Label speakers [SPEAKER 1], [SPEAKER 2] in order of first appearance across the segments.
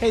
[SPEAKER 1] Hey,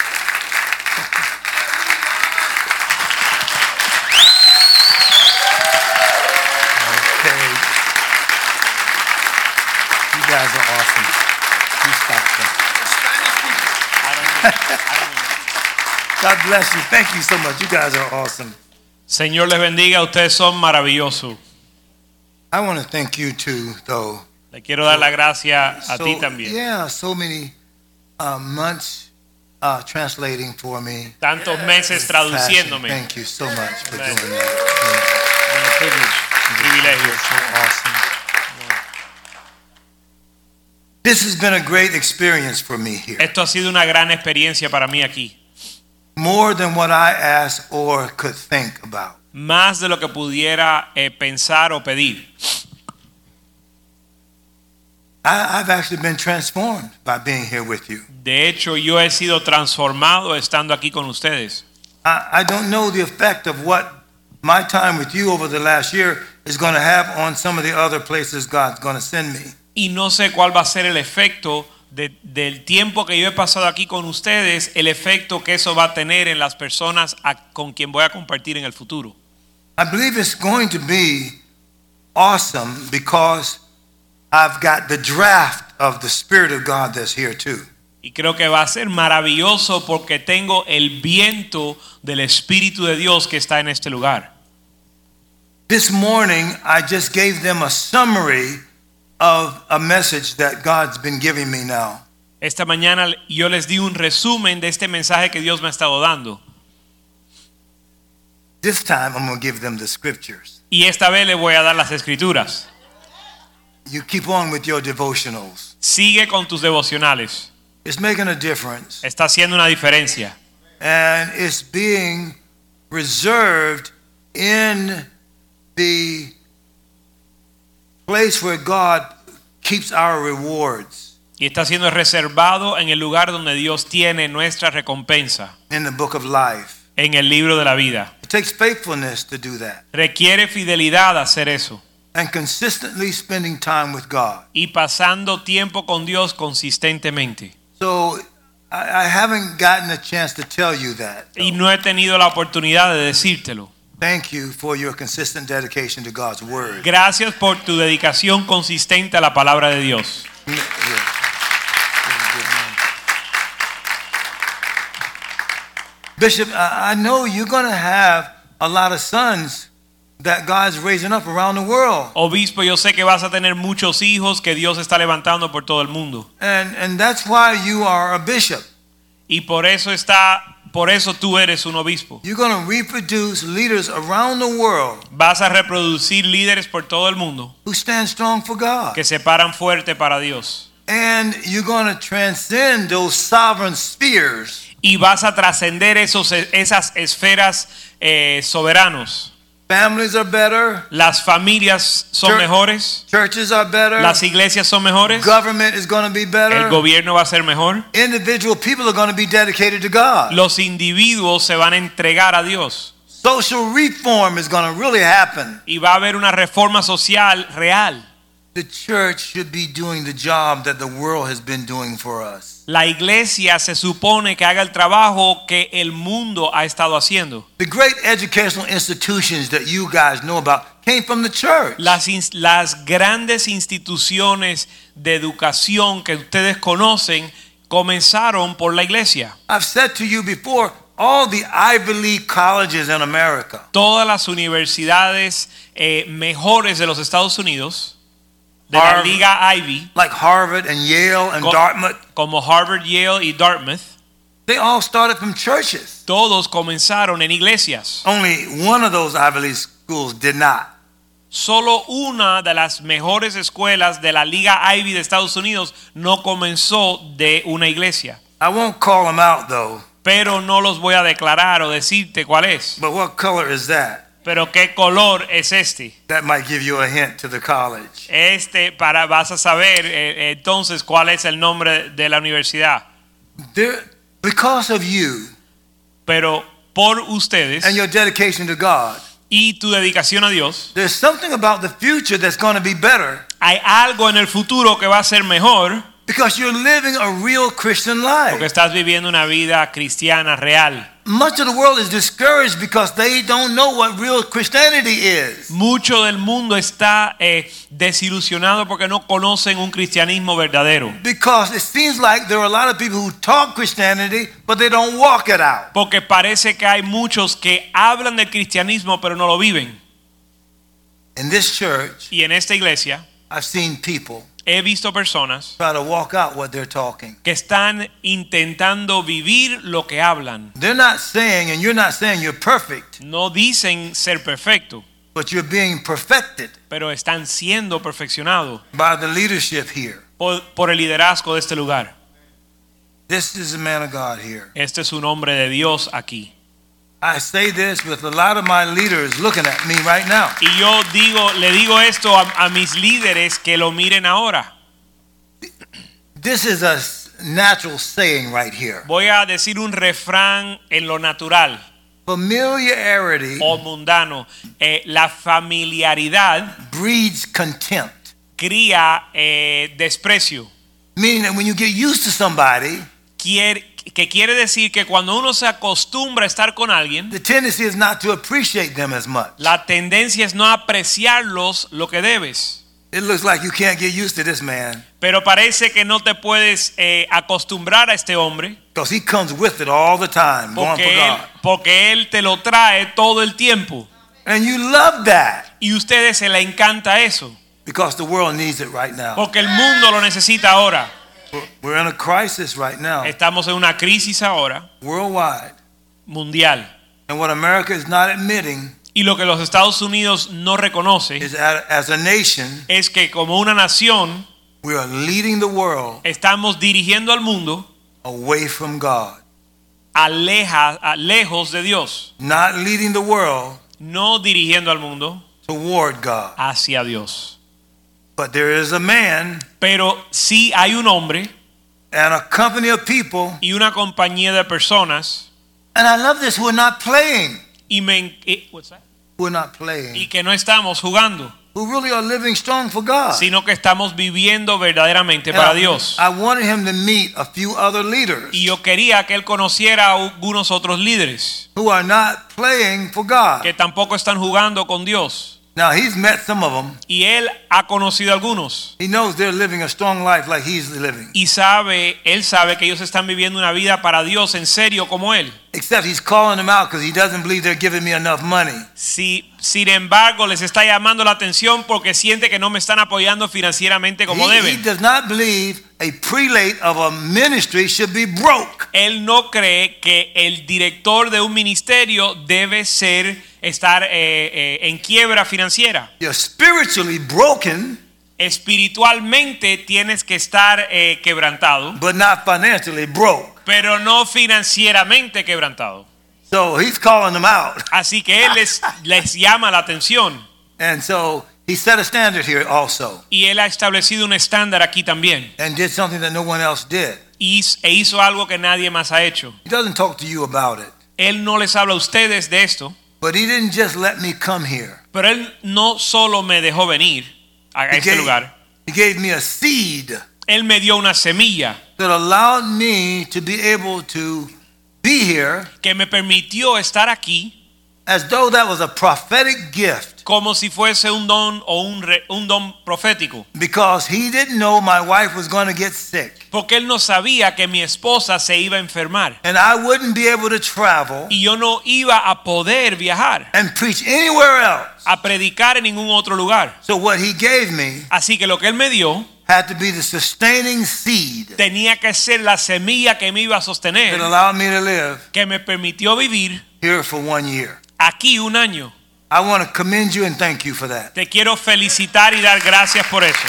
[SPEAKER 2] Okay. You guys are awesome. You stopped them. God bless you. Thank you so much. You guys are awesome.
[SPEAKER 3] Señor les bendiga, ustedes son maravillosos.
[SPEAKER 2] I want to thank you too, though.
[SPEAKER 3] Le quiero dar la gracia a
[SPEAKER 2] So,
[SPEAKER 3] ti también.
[SPEAKER 2] Yeah, so many uh, months uh, translating for me.
[SPEAKER 3] Tantos meses
[SPEAKER 2] Fashion.
[SPEAKER 3] traduciéndome.
[SPEAKER 2] Thank you so much for
[SPEAKER 3] Amen.
[SPEAKER 2] doing that.
[SPEAKER 3] Bueno, privilege, un privilegio.
[SPEAKER 2] Yeah, so awesome. This has been a great experience for me here.
[SPEAKER 3] Esto ha sido una gran experiencia para mí aquí.
[SPEAKER 2] More than what I asked or could think about.
[SPEAKER 3] Más de lo que pudiera eh, pensar o pedir.
[SPEAKER 2] I, I've actually been transformed by being here with you.
[SPEAKER 3] De hecho, yo he sido transformado estando aquí con ustedes.
[SPEAKER 2] I, I don't know the effect of what my time with you over the last year is going to have on some of the other places God's going to send me.
[SPEAKER 3] Y no sé cuál va a ser el efecto de- del tiempo que yo he pasado aquí con ustedes, el efecto que eso va a tener en las personas a- con quien voy a compartir en el futuro.
[SPEAKER 2] I believe it's going to be awesome because I've got the draft of the Spirit of God that's here too.
[SPEAKER 3] Y creo que va a ser maravilloso porque tengo el viento del Espíritu de Dios que está en este lugar.
[SPEAKER 2] This morning, I just gave them a summary of a message that God's been giving me now.
[SPEAKER 3] Esta mañana yo les di un resumen de este mensaje que Dios me ha estado dando.
[SPEAKER 2] This time, I'm going to give them the scriptures.
[SPEAKER 3] Y esta vez les voy a dar las escrituras.
[SPEAKER 2] You keep on with your devotionals,
[SPEAKER 3] Sigue con tus devocionales.
[SPEAKER 2] it's making a difference,
[SPEAKER 3] Está haciendo una diferencia.
[SPEAKER 2] and it's being reserved in the place where God keeps our rewards
[SPEAKER 3] Y está siendo reservado en el lugar donde Dios tiene nuestra recompensa,
[SPEAKER 2] in the book of life.
[SPEAKER 3] en el libro de la vida.
[SPEAKER 2] It takes faithfulness to do that
[SPEAKER 3] Requiere fidelidad hacer eso.
[SPEAKER 2] and consistently spending time with God.
[SPEAKER 3] Y pasando tiempo con Dios consistentemente.
[SPEAKER 2] So I, I haven't gotten a chance to tell you that.
[SPEAKER 3] Y no he tenido la oportunidad de decírtelo.
[SPEAKER 2] Thank you for your consistent dedication to God's word.
[SPEAKER 3] Gracias por tu dedicación consistente a la palabra de Dios.
[SPEAKER 2] Yeah. Very good, man. Bishop, I, I know you're going to have a lot of sons that God's raising up around the world.
[SPEAKER 3] Obispo, yo sé que vas a tener muchos hijos que Dios está levantando por todo el mundo.
[SPEAKER 2] And, and that's why you are a bishop.
[SPEAKER 3] Y por eso está, por eso tú eres un obispo.
[SPEAKER 2] You're going to reproduce leaders around the world
[SPEAKER 3] Vas a reproducir líderes por todo el mundo
[SPEAKER 2] who stand strong for God.
[SPEAKER 3] que se paran fuerte para Dios.
[SPEAKER 2] And you're going to transcend those sovereign spheres,
[SPEAKER 3] Y vas a trascender esos- esas esferas eh, soberanos.
[SPEAKER 2] Families are better,
[SPEAKER 3] Las familias son
[SPEAKER 2] Church-
[SPEAKER 3] mejores,
[SPEAKER 2] churches are better,
[SPEAKER 3] las iglesias son mejores,
[SPEAKER 2] government is going to be
[SPEAKER 3] el
[SPEAKER 2] better,
[SPEAKER 3] gobierno va a ser mejor,
[SPEAKER 2] individual people are going to be dedicated to God.
[SPEAKER 3] los individuos se van a entregar a Dios.
[SPEAKER 2] Social reform is going to really happen.
[SPEAKER 3] y va a haber una reforma social real.
[SPEAKER 2] The church should be doing the job that the world has been doing for us.
[SPEAKER 3] La iglesia se supone que haga el trabajo que el mundo ha estado haciendo.
[SPEAKER 2] The great educational institutions that you guys know about came from the church.
[SPEAKER 3] Las, ins- las grandes instituciones de educación que ustedes conocen comenzaron por la iglesia.
[SPEAKER 2] I've said to you before, all the Ivy League colleges in America
[SPEAKER 3] Todas las universidades eh, mejores de los Estados Unidos, de la
[SPEAKER 2] Harvard.
[SPEAKER 3] liga Ivy,
[SPEAKER 2] like Harvard and Yale and
[SPEAKER 3] Co-
[SPEAKER 2] Dartmouth,
[SPEAKER 3] como Harvard, Yale y Dartmouth,
[SPEAKER 2] they all started from churches.
[SPEAKER 3] todos comenzaron en iglesias.
[SPEAKER 2] Only one of those Ivy League schools did not.
[SPEAKER 3] Solo una de las mejores escuelas de la Liga Ivy de Estados Unidos no comenzó de una iglesia.
[SPEAKER 2] I won't call them out though,
[SPEAKER 3] pero no los voy a declarar o decirte cuál es.
[SPEAKER 2] But what color is that?
[SPEAKER 3] Pero qué color es este.
[SPEAKER 2] That might give you a hint to the college.
[SPEAKER 3] Este para vas a saber eh, entonces cuál es el nombre de la universidad.
[SPEAKER 2] There, because of you
[SPEAKER 3] Pero por ustedes
[SPEAKER 2] and your dedication to God,
[SPEAKER 3] y tu dedicación a Dios,
[SPEAKER 2] there's something about the future that's going to be better
[SPEAKER 3] hay algo en el futuro que va a ser mejor
[SPEAKER 2] because you're living a real Christian
[SPEAKER 3] porque
[SPEAKER 2] life.
[SPEAKER 3] estás viviendo una vida cristiana real.
[SPEAKER 2] Much of the world is discouraged because they don't know what real Christianity is.
[SPEAKER 3] Mucho del mundo está eh, desilusionado porque no conocen un cristianismo verdadero.
[SPEAKER 2] Because it seems like there are a lot of people who talk Christianity, but they don't walk it out.
[SPEAKER 3] Porque parece que hay muchos que hablan del cristianismo pero no lo viven.
[SPEAKER 2] In this church,
[SPEAKER 3] Y en esta iglesia
[SPEAKER 2] I've seen people
[SPEAKER 3] he visto personas
[SPEAKER 2] try to walk out what they're talking.
[SPEAKER 3] que están intentando vivir lo que hablan.
[SPEAKER 2] They're not saying, and you're not saying you're perfect,
[SPEAKER 3] No dicen ser perfecto,
[SPEAKER 2] but you're being perfected
[SPEAKER 3] pero están siendo perfeccionados
[SPEAKER 2] by the leadership here.
[SPEAKER 3] por, por el liderazgo de este lugar.
[SPEAKER 2] This is a man of God here.
[SPEAKER 3] Este es un hombre de Dios aquí.
[SPEAKER 2] I say this with a lot of my leaders looking at me right now.
[SPEAKER 3] Y yo digo, le digo esto a, a mis líderes que lo miren ahora.
[SPEAKER 2] This is a s- natural saying right here.
[SPEAKER 3] Voy a decir un refrán en lo natural
[SPEAKER 2] Familiarity
[SPEAKER 3] o mundano. Eh, la familiaridad
[SPEAKER 2] breeds contempt,
[SPEAKER 3] cría eh, desprecio.
[SPEAKER 2] meaning that when you get used to somebody,
[SPEAKER 3] Quier- que quiere decir que cuando uno se acostumbra a estar con alguien,
[SPEAKER 2] the tendency is not to appreciate them as much.
[SPEAKER 3] la tendencia es no apreciarlos lo que debes.
[SPEAKER 2] It looks like you can't get used to this man
[SPEAKER 3] Pero parece que no te puedes eh, acostumbrar a este hombre
[SPEAKER 2] because he comes with it all the time, going for
[SPEAKER 3] porque él,
[SPEAKER 2] God.
[SPEAKER 3] porque él te lo trae todo el tiempo.
[SPEAKER 2] And you love that
[SPEAKER 3] Y a ustedes se le encanta eso,
[SPEAKER 2] because the world needs it right now.
[SPEAKER 3] porque el mundo lo necesita ahora.
[SPEAKER 2] We're in a crisis right now,
[SPEAKER 3] Estamos en una crisis ahora
[SPEAKER 2] worldwide.
[SPEAKER 3] mundial.
[SPEAKER 2] And what America is not admitting
[SPEAKER 3] Y lo que los Estados Unidos no reconoce
[SPEAKER 2] is that as a nation,
[SPEAKER 3] es que como una nación
[SPEAKER 2] we are leading the world
[SPEAKER 3] estamos dirigiendo al mundo
[SPEAKER 2] away from God,
[SPEAKER 3] aleja, a- lejos de Dios,
[SPEAKER 2] not leading the world
[SPEAKER 3] no dirigiendo al mundo
[SPEAKER 2] toward God.
[SPEAKER 3] hacia Dios.
[SPEAKER 2] But there is a man
[SPEAKER 3] Pero sí hay un hombre
[SPEAKER 2] and a company of people,
[SPEAKER 3] y una compañía de personas
[SPEAKER 2] and I love this, who are not playing,
[SPEAKER 3] y, me en- eh, what's that?
[SPEAKER 2] who are not
[SPEAKER 3] y
[SPEAKER 2] playing,
[SPEAKER 3] que no estamos jugando,
[SPEAKER 2] who really are living strong for God.
[SPEAKER 3] sino que estamos viviendo verdaderamente
[SPEAKER 2] And
[SPEAKER 3] para
[SPEAKER 2] I-
[SPEAKER 3] Dios.
[SPEAKER 2] I wanted him to meet a few other leaders
[SPEAKER 3] Y yo quería que él conociera a algunos otros líderes
[SPEAKER 2] who are not playing for God.
[SPEAKER 3] que tampoco están jugando con Dios.
[SPEAKER 2] Now, he's met some of them.
[SPEAKER 3] Y él ha conocido a algunos
[SPEAKER 2] He knows they're living a strong life like he's living,
[SPEAKER 3] y sabe, él sabe que ellos están viviendo una vida para Dios en serio como él.
[SPEAKER 2] except he's calling them out because he doesn't believe they're giving me enough money.
[SPEAKER 3] Si, sin embargo, les está llamando la atención porque siente que no me están apoyando financieramente como
[SPEAKER 2] He- he
[SPEAKER 3] deben.
[SPEAKER 2] does not believe a prelate of a ministry should be broke.
[SPEAKER 3] Él no cree que el director de un ministerio debe ser estar eh, eh, en quiebra financiera.
[SPEAKER 2] You're spiritually broken,
[SPEAKER 3] Espiritualmente tienes que estar eh, quebrantado,
[SPEAKER 2] but not financially broke.
[SPEAKER 3] pero no financieramente quebrantado.
[SPEAKER 2] So he's calling them out.
[SPEAKER 3] Así que él les, les llama la atención
[SPEAKER 2] And so he set a standard here also
[SPEAKER 3] y él ha establecido un estándar aquí también
[SPEAKER 2] and did something that no one else did.
[SPEAKER 3] y hiz- e hizo algo que nadie más ha hecho.
[SPEAKER 2] He doesn't talk to you about it.
[SPEAKER 3] Él no les habla a ustedes de esto.
[SPEAKER 2] But he didn't just let me come here.
[SPEAKER 3] Pero él no solo me dejó venir a
[SPEAKER 2] He
[SPEAKER 3] este
[SPEAKER 2] gave,
[SPEAKER 3] lugar,
[SPEAKER 2] he gave me a seed that
[SPEAKER 3] él me dio una semilla
[SPEAKER 2] allowed me to be able to be here
[SPEAKER 3] que me permitió estar aquí
[SPEAKER 2] as though that was a prophetic gift
[SPEAKER 3] como si fuese un don o un, re- un don profético.
[SPEAKER 2] because he didn't know my wife was going to get sick
[SPEAKER 3] Porque él no sabía que mi esposa se iba a enfermar
[SPEAKER 2] and I wouldn't be able to travel
[SPEAKER 3] y yo no iba a poder viajar
[SPEAKER 2] and preach anywhere else.
[SPEAKER 3] a predicar en ningún otro lugar.
[SPEAKER 2] So what he gave me
[SPEAKER 3] Así que lo que él me dio
[SPEAKER 2] had to be the sustaining seed
[SPEAKER 3] tenía que ser la semilla que me iba a sostener,
[SPEAKER 2] that allowed me to live
[SPEAKER 3] que me permitió vivir
[SPEAKER 2] here for one year.
[SPEAKER 3] aquí un año.
[SPEAKER 2] I want to commend you and thank you for that.
[SPEAKER 3] Te quiero felicitar y dar gracias por eso.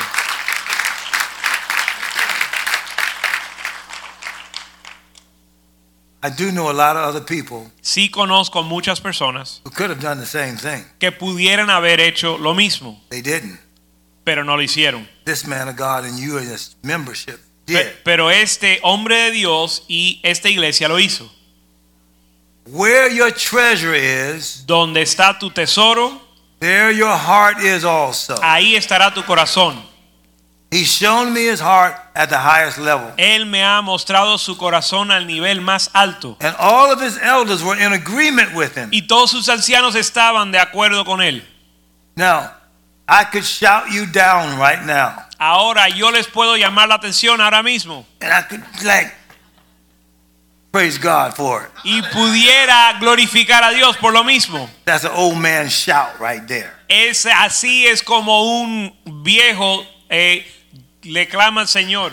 [SPEAKER 2] I do know a lot of other people
[SPEAKER 3] Sí conozco muchas personas
[SPEAKER 2] who could have done the same thing.
[SPEAKER 3] que pudieran haber hecho lo mismo,
[SPEAKER 2] They didn't.
[SPEAKER 3] pero no lo hicieron.
[SPEAKER 2] This man of God and you and his membership
[SPEAKER 3] Pe-
[SPEAKER 2] did.
[SPEAKER 3] Pero este hombre de Dios y esta iglesia lo hizo.
[SPEAKER 2] Where your treasure is,
[SPEAKER 3] Donde está tu tesoro,
[SPEAKER 2] there your heart is also.
[SPEAKER 3] ahí estará tu corazón.
[SPEAKER 2] He's shown me his heart at the highest level.
[SPEAKER 3] Él me ha mostrado su corazón al nivel más alto.
[SPEAKER 2] And all of his elders were in agreement with him.
[SPEAKER 3] Y todos sus ancianos estaban de acuerdo con él.
[SPEAKER 2] Now, I could shout you down right now.
[SPEAKER 3] Ahora yo les puedo llamar la atención ahora mismo.
[SPEAKER 2] And I could, like, praise God for it.
[SPEAKER 3] Y pudiera glorificar a Dios por lo mismo.
[SPEAKER 2] That's an old man shout right there.
[SPEAKER 3] Es, así es como un viejo eh, le clama al Señor.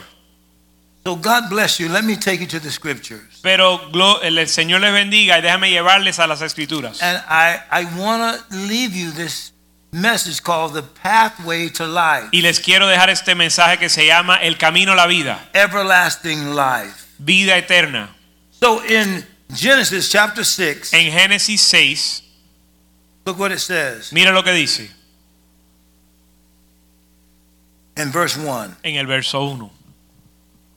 [SPEAKER 2] So God bless you. Let me take you to the scriptures.
[SPEAKER 3] Pero glo- el Señor les bendiga y déjame llevarles a las escrituras.
[SPEAKER 2] And I, I want to leave you this message called The Pathway to Life,
[SPEAKER 3] Y les quiero dejar este mensaje que se llama El Camino a la Vida,
[SPEAKER 2] Everlasting Life.
[SPEAKER 3] Vida Eterna.
[SPEAKER 2] So in Genesis chapter 6,
[SPEAKER 3] En Génesis 6,
[SPEAKER 2] look what it says
[SPEAKER 3] mira lo que dice
[SPEAKER 2] in verse 1.
[SPEAKER 3] en el verso 1.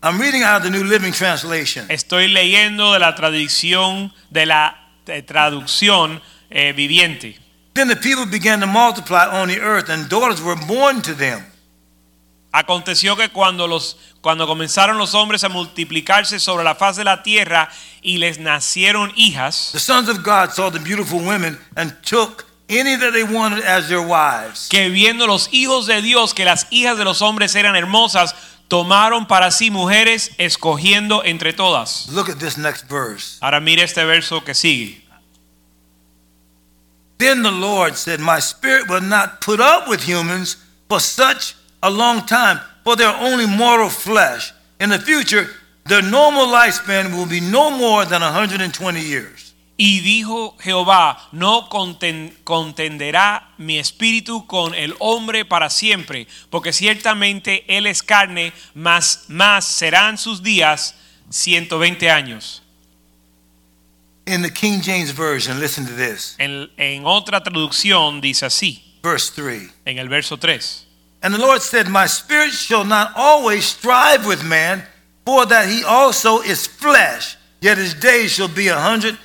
[SPEAKER 2] I'm reading out of the New Living Translation.
[SPEAKER 3] Estoy leyendo de la tradición, de la eh, traducción eh, viviente.
[SPEAKER 2] Then the people began to multiply on the earth, and daughters were born to them.
[SPEAKER 3] Aconteció que cuando, los, cuando comenzaron los hombres a multiplicarse sobre la faz de la tierra y les nacieron hijas,
[SPEAKER 2] The sons of God saw the beautiful women and took any that they wanted as their wives.
[SPEAKER 3] que viendo los hijos de Dios que las hijas de los hombres eran hermosas, tomaron para sí mujeres, escogiendo entre todas.
[SPEAKER 2] Look at this next verse.
[SPEAKER 3] Ahora mire este verso que sigue.
[SPEAKER 2] Then the Lord said, My spirit will not put up with humans for such a long time, for they're only mortal flesh. In the future, their normal lifespan will be no more than 120 years.
[SPEAKER 3] Y dijo Jehová, no conten- contenderá mi espíritu con el hombre para siempre, porque ciertamente él es carne, mas, más serán sus días 120 años.
[SPEAKER 2] In the King James Version, listen to this.
[SPEAKER 3] En, en otra traducción dice así,
[SPEAKER 2] Verse 3.
[SPEAKER 3] en el verso 3.
[SPEAKER 2] And the Lord said, My spirit shall not always strive with man, for that he also is flesh, yet his days shall be a 120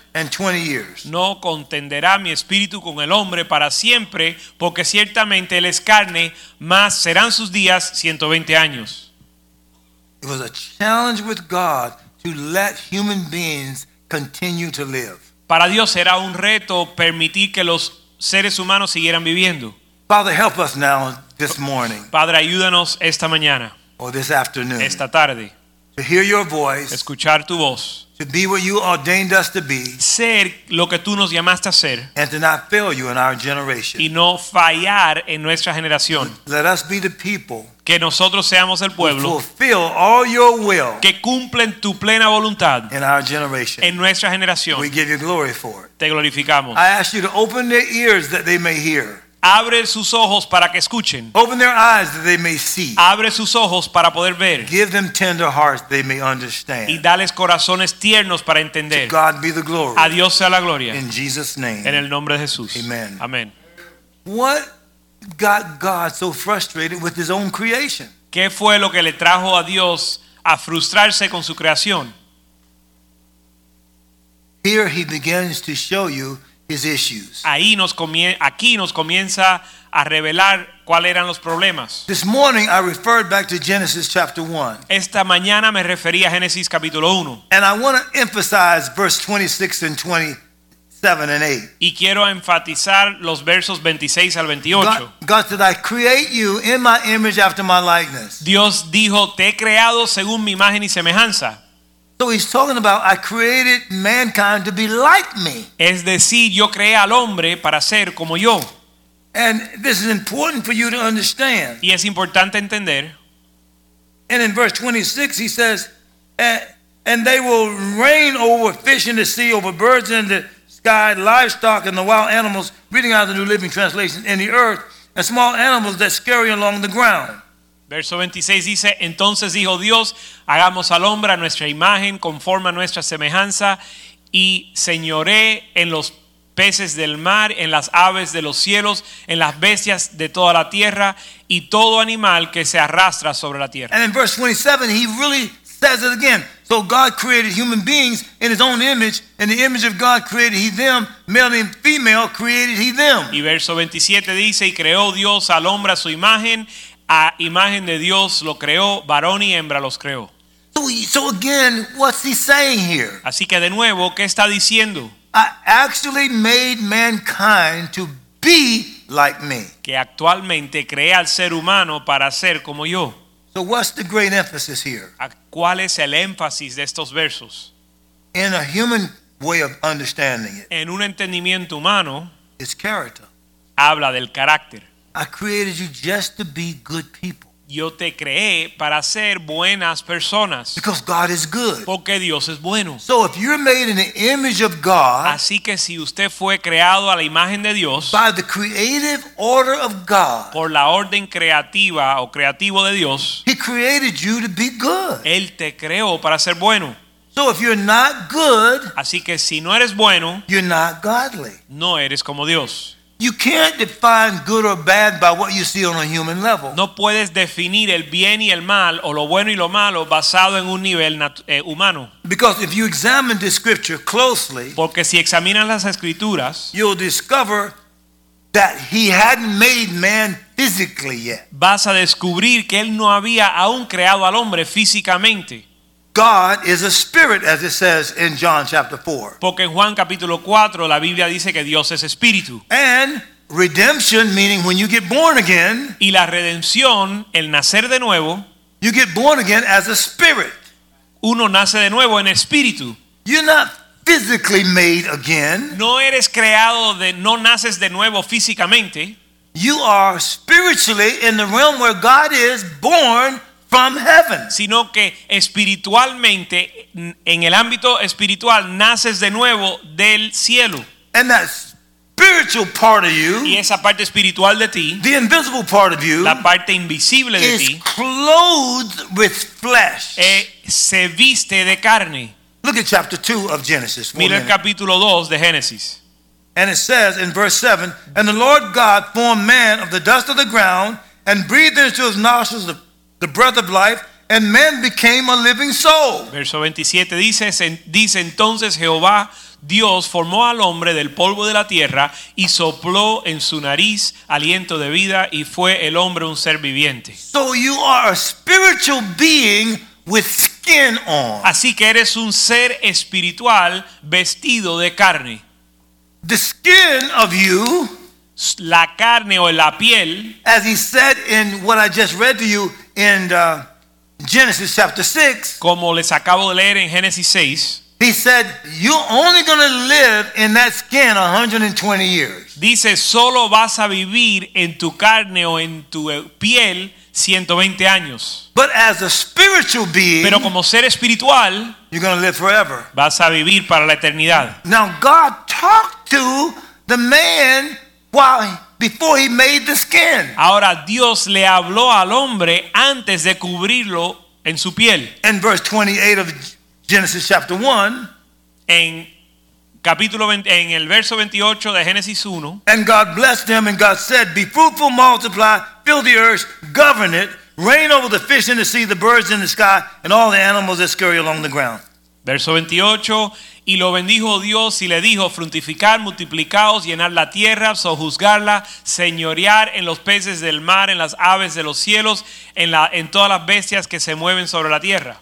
[SPEAKER 2] years.
[SPEAKER 3] No contenderá mi espíritu con el hombre para siempre, porque ciertamente él es carne, mas serán sus días 120 años.
[SPEAKER 2] It was a challenge with God to let human beings continue to live.
[SPEAKER 3] Para Dios será un reto permitir que los seres humanos siguieran viviendo.
[SPEAKER 2] Father, help us now this morning
[SPEAKER 3] Padre, ayúdanos esta mañana,
[SPEAKER 2] or this afternoon
[SPEAKER 3] esta tarde,
[SPEAKER 2] to hear your voice,
[SPEAKER 3] escuchar tu voz,
[SPEAKER 2] to be what you ordained us to be,
[SPEAKER 3] ser lo que tú nos llamaste a ser
[SPEAKER 2] and to not fail you in our generation.
[SPEAKER 3] y no fallar en nuestra generación.
[SPEAKER 2] Let us be the people
[SPEAKER 3] Que nosotros seamos el
[SPEAKER 2] who
[SPEAKER 3] pueblo
[SPEAKER 2] fulfill all your will
[SPEAKER 3] que cumplen tu plena voluntad
[SPEAKER 2] in our generation.
[SPEAKER 3] en nuestra
[SPEAKER 2] We
[SPEAKER 3] generación.
[SPEAKER 2] give you glory for it.
[SPEAKER 3] Te glorificamos.
[SPEAKER 2] I ask you to open their ears that they may hear,
[SPEAKER 3] Abre sus ojos para que escuchen.
[SPEAKER 2] open their eyes that they may see,
[SPEAKER 3] Abre sus ojos para poder ver
[SPEAKER 2] give them tender hearts they may
[SPEAKER 3] y
[SPEAKER 2] understand.
[SPEAKER 3] dales corazones tiernos para
[SPEAKER 2] To
[SPEAKER 3] entender.
[SPEAKER 2] God be the glory.
[SPEAKER 3] A Dios sea la gloria.
[SPEAKER 2] In Jesus'
[SPEAKER 3] En
[SPEAKER 2] name.
[SPEAKER 3] el nombre de Jesús.
[SPEAKER 2] Amen.
[SPEAKER 3] Amén.
[SPEAKER 2] What got God so frustrated with His own creation?
[SPEAKER 3] ¿Qué fue lo que le trajo a Dios a frustrarse con su creación?
[SPEAKER 2] Here He begins to show you His issues.
[SPEAKER 3] Ahí nos comie- aquí nos comienza a revelar cuáles eran los problemas.
[SPEAKER 2] This morning I referred back to Genesis chapter 1,
[SPEAKER 3] Esta mañana me refería a Génesis capítulo 1
[SPEAKER 2] and I want to emphasize verse 26 and 27 and 8.
[SPEAKER 3] y quiero enfatizar los versos 26 al 28.
[SPEAKER 2] God, God said, I create you in my image after my likeness.
[SPEAKER 3] Dios dijo, te he creado según mi imagen y semejanza.
[SPEAKER 2] So he's talking about I created mankind to be like me.
[SPEAKER 3] Es decir, yo creé al hombre para ser como yo.
[SPEAKER 2] And this is important for you to understand.
[SPEAKER 3] Y es importante entender
[SPEAKER 2] And in verse 26, he says, And, and they will reign over fish in the sea, over birds in the sky, livestock and the wild animals, reading out of the New Living Translation, in the earth, and small animals that scurry along the ground.
[SPEAKER 3] Verso 26 dice, entonces dijo Dios, hagamos al hombre a nuestra imagen, conforme a nuestra semejanza, y señoré en los peces del mar, en las aves de los cielos, en las bestias de toda la tierra, y todo animal que se arrastra sobre la tierra.
[SPEAKER 2] And in verse 27, he really says it again. So God created human beings in his own image. In the image of God created he them. Male and female created he them.
[SPEAKER 3] Y verso 27 dice, y creó Dios al hombre a su imagen, a imagen de Dios lo creó, varón y hembra los creó.
[SPEAKER 2] So, he- so again, what's he saying here?
[SPEAKER 3] Así que de nuevo, ¿qué está diciendo?
[SPEAKER 2] I actually made mankind to be like me.
[SPEAKER 3] Que actualmente crea al ser humano para ser como yo.
[SPEAKER 2] So what's the great emphasis here?
[SPEAKER 3] ¿A- ¿Cuál es el énfasis de estos versos?
[SPEAKER 2] In a human way of understanding it,
[SPEAKER 3] En un entendimiento humano,
[SPEAKER 2] it's character.
[SPEAKER 3] habla del carácter.
[SPEAKER 2] I created you just to be good people
[SPEAKER 3] Yo te creé para ser buenas personas,
[SPEAKER 2] because God is good.
[SPEAKER 3] porque Dios es bueno.
[SPEAKER 2] So if you're made in the image of God
[SPEAKER 3] Así que si usted fue creado a la imagen de Dios,
[SPEAKER 2] by the creative order of God,
[SPEAKER 3] por la orden creativa o creativo de Dios,
[SPEAKER 2] He created you to be good.
[SPEAKER 3] Él te creó para ser bueno.
[SPEAKER 2] So if you're not good,
[SPEAKER 3] Así que si no eres bueno,
[SPEAKER 2] you're not godly.
[SPEAKER 3] no eres como Dios.
[SPEAKER 2] You can't define good or bad by what you see on a human level.
[SPEAKER 3] No puedes definir el bien y el mal o lo bueno y lo malo basado en un nivel nat- eh, humano.
[SPEAKER 2] Because if you examine the scripture closely,
[SPEAKER 3] Porque si examinas las escrituras,
[SPEAKER 2] you'll discover that He hadn't made man physically yet.
[SPEAKER 3] vas a descubrir que Él no había aún creado al hombre físicamente.
[SPEAKER 2] God is a spirit, as it says in John chapter 4.
[SPEAKER 3] Porque en Juan capítulo 4 la Biblia dice que Dios es espíritu.
[SPEAKER 2] And redemption, meaning when you get born again,
[SPEAKER 3] Y la redención, el nacer de nuevo,
[SPEAKER 2] You get born again as a spirit.
[SPEAKER 3] uno nace de nuevo en espíritu.
[SPEAKER 2] You're not physically made again.
[SPEAKER 3] No eres creado de, no naces de nuevo físicamente,
[SPEAKER 2] You are spiritually in the realm where God is born from heaven.
[SPEAKER 3] sino que espiritualmente, n- en el ámbito espiritual, naces de nuevo del cielo.
[SPEAKER 2] And that spiritual part of
[SPEAKER 3] Y
[SPEAKER 2] you,
[SPEAKER 3] esa parte espiritual de ti,
[SPEAKER 2] the invisible part of you,
[SPEAKER 3] la parte invisible de
[SPEAKER 2] is
[SPEAKER 3] ti,
[SPEAKER 2] clothed with flesh.
[SPEAKER 3] eh, se viste de carne.
[SPEAKER 2] Look at chapter 2 of Genesis. for a
[SPEAKER 3] Mira el
[SPEAKER 2] minute.
[SPEAKER 3] capítulo 2 de Génesis.
[SPEAKER 2] And it says in verse 7 And the Lord God formed man of the dust of the ground and breathed into his nostrils the, the breath of life, and man became a living soul.
[SPEAKER 3] Verso 27 dice, "Se- dice entonces Jehová Dios formó al hombre del polvo de la tierra y sopló en su nariz aliento de vida y fue el hombre un ser viviente.
[SPEAKER 2] So you are a spiritual being with skin on.
[SPEAKER 3] Así que eres un ser espiritual vestido de carne.
[SPEAKER 2] The skin of you,
[SPEAKER 3] S- La carne o la piel,
[SPEAKER 2] as he said in what I just read to you in uh, Genesis chapter 6,
[SPEAKER 3] como les acabo de leer en Génesis 6,
[SPEAKER 2] he said, You're only going to live in that skin 120 years.
[SPEAKER 3] dice, solo vas a vivir en tu carne o en tu eh, piel 120 años.
[SPEAKER 2] But as a spiritual being,
[SPEAKER 3] Pero como ser espiritual,
[SPEAKER 2] you're going to live forever.
[SPEAKER 3] vas a vivir para la eternidad.
[SPEAKER 2] Now, God talked to the man while, before he made the skin.
[SPEAKER 3] Ahora Dios le habló al hombre antes de cubrirlo en su piel.
[SPEAKER 2] In verse 28 of Genesis chapter 1,
[SPEAKER 3] En capítulo 20 en el verso 28 de Génesis 1,
[SPEAKER 2] And God blessed them, and God said, Be fruitful, multiply, fill the earth, govern it, reign over the fish in the sea, the birds in the sky, and all the animals that scurry along the ground.
[SPEAKER 3] verso 28, y lo bendijo Dios y le dijo, fructificad, multiplicaos, llenar la tierra, sojuzgarla, señorear en los peces del mar, en las aves de los cielos, en, la, en todas las bestias que se mueven sobre la tierra.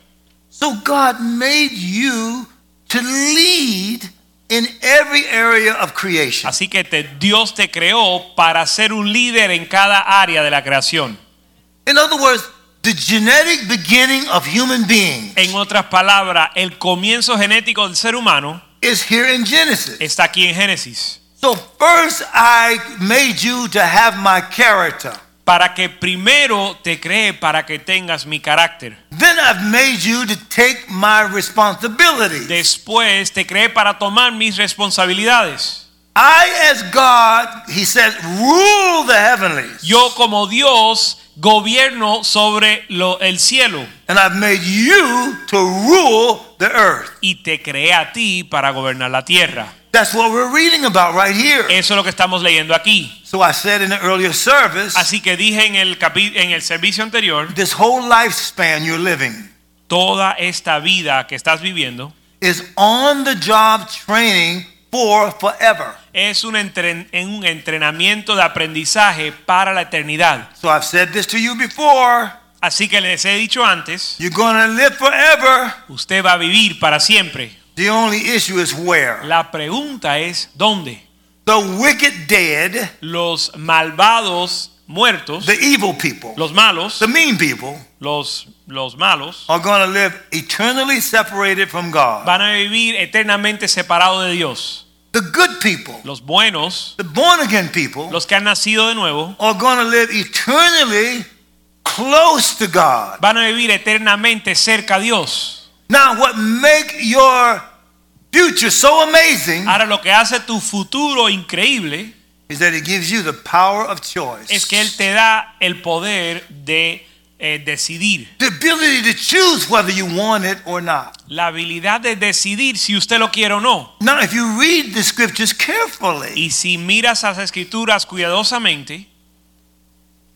[SPEAKER 2] So God made you to lead in every area of creation.
[SPEAKER 3] Así que te- Dios te creó para ser un líder en cada área de la creación.
[SPEAKER 2] In other words, the genetic beginning of human being
[SPEAKER 3] En otras palabras, el comienzo genético del ser humano
[SPEAKER 2] is here in Genesis.
[SPEAKER 3] está aquí en Génesis.
[SPEAKER 2] So first I made you to have my character.
[SPEAKER 3] Para que primero te cree, para que tengas mi carácter.
[SPEAKER 2] Then I've made you to take my responsibilities.
[SPEAKER 3] Después te cree para tomar mis responsabilidades.
[SPEAKER 2] I, as God, he says, rule the heavenlies.
[SPEAKER 3] Yo como Dios gobierno sobre lo- el cielo
[SPEAKER 2] and I've made you to rule the earth.
[SPEAKER 3] y te creé a ti para gobernar la tierra.
[SPEAKER 2] That's what we're reading about right here.
[SPEAKER 3] Eso es lo que estamos leyendo aquí.
[SPEAKER 2] So I said in the earlier service,
[SPEAKER 3] Así que dije en el, capi- en el servicio anterior,
[SPEAKER 2] this whole lifespan you're living
[SPEAKER 3] toda esta vida que estás viviendo
[SPEAKER 2] is on the job training for forever.
[SPEAKER 3] es un, entren- en un entrenamiento de aprendizaje para la eternidad.
[SPEAKER 2] So I've said this to you before.
[SPEAKER 3] Así que les he dicho antes,
[SPEAKER 2] You're going to live forever.
[SPEAKER 3] usted va a vivir para siempre.
[SPEAKER 2] The only issue is where.
[SPEAKER 3] La pregunta es, ¿dónde?
[SPEAKER 2] The wicked dead,
[SPEAKER 3] Los malvados muertos,
[SPEAKER 2] the evil people,
[SPEAKER 3] los malos,
[SPEAKER 2] the mean people
[SPEAKER 3] los, los malos,
[SPEAKER 2] are going to live eternally separated from God.
[SPEAKER 3] van a vivir eternamente separados de Dios.
[SPEAKER 2] The good people,
[SPEAKER 3] Los buenos,
[SPEAKER 2] the born again people
[SPEAKER 3] los que han nacido de nuevo,
[SPEAKER 2] are going to live eternally close to God.
[SPEAKER 3] van a vivir eternamente cerca a Dios.
[SPEAKER 2] Now, what make your future so amazing
[SPEAKER 3] Ahora lo que hace tu futuro increíble
[SPEAKER 2] is that it gives you the power of choice.
[SPEAKER 3] es que Él te da el poder de eh, decidir,
[SPEAKER 2] the ability to choose whether you want it or not.
[SPEAKER 3] la habilidad de decidir si usted lo quiere o no.
[SPEAKER 2] Now, if you read the scriptures carefully,
[SPEAKER 3] Y si miras las escrituras cuidadosamente,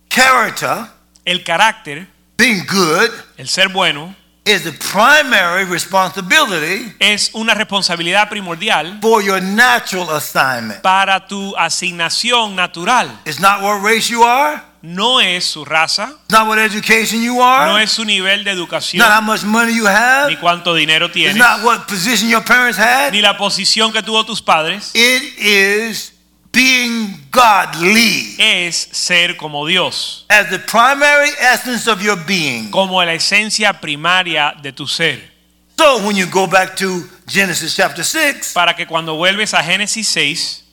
[SPEAKER 2] character,
[SPEAKER 3] el carácter,
[SPEAKER 2] being good,
[SPEAKER 3] el ser bueno,
[SPEAKER 2] is the primary responsibility
[SPEAKER 3] es una responsabilidad primordial
[SPEAKER 2] for your natural assignment.
[SPEAKER 3] para tu asignación natural.
[SPEAKER 2] It's not what race you are,
[SPEAKER 3] No es su raza,
[SPEAKER 2] it's not what education you are,
[SPEAKER 3] no es su nivel de
[SPEAKER 2] it's not how
[SPEAKER 3] educación,
[SPEAKER 2] much money you
[SPEAKER 3] ni
[SPEAKER 2] have,
[SPEAKER 3] cuánto dinero
[SPEAKER 2] it's
[SPEAKER 3] tienes,
[SPEAKER 2] not what position your parents had.
[SPEAKER 3] ni la posición que tuvo tus padres.
[SPEAKER 2] It is being godly
[SPEAKER 3] Es ser como Dios,
[SPEAKER 2] as the primary essence of your being.
[SPEAKER 3] como la esencia primaria de tu ser.
[SPEAKER 2] So when you go back to Genesis chapter 6,
[SPEAKER 3] para que cuando vuelves a Génesis 6,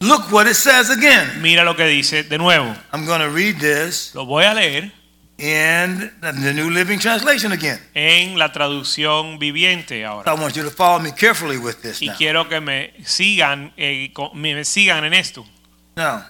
[SPEAKER 2] look what it says again.
[SPEAKER 3] mira lo que dice de nuevo.
[SPEAKER 2] I'm going to read this
[SPEAKER 3] Lo voy a leer
[SPEAKER 2] in the New Living Translation again.
[SPEAKER 3] en la traducción viviente ahora.
[SPEAKER 2] I want you to follow me carefully with this
[SPEAKER 3] Y
[SPEAKER 2] now.
[SPEAKER 3] quiero que me sigan, eh, co- me me sigan en esto.
[SPEAKER 2] Now,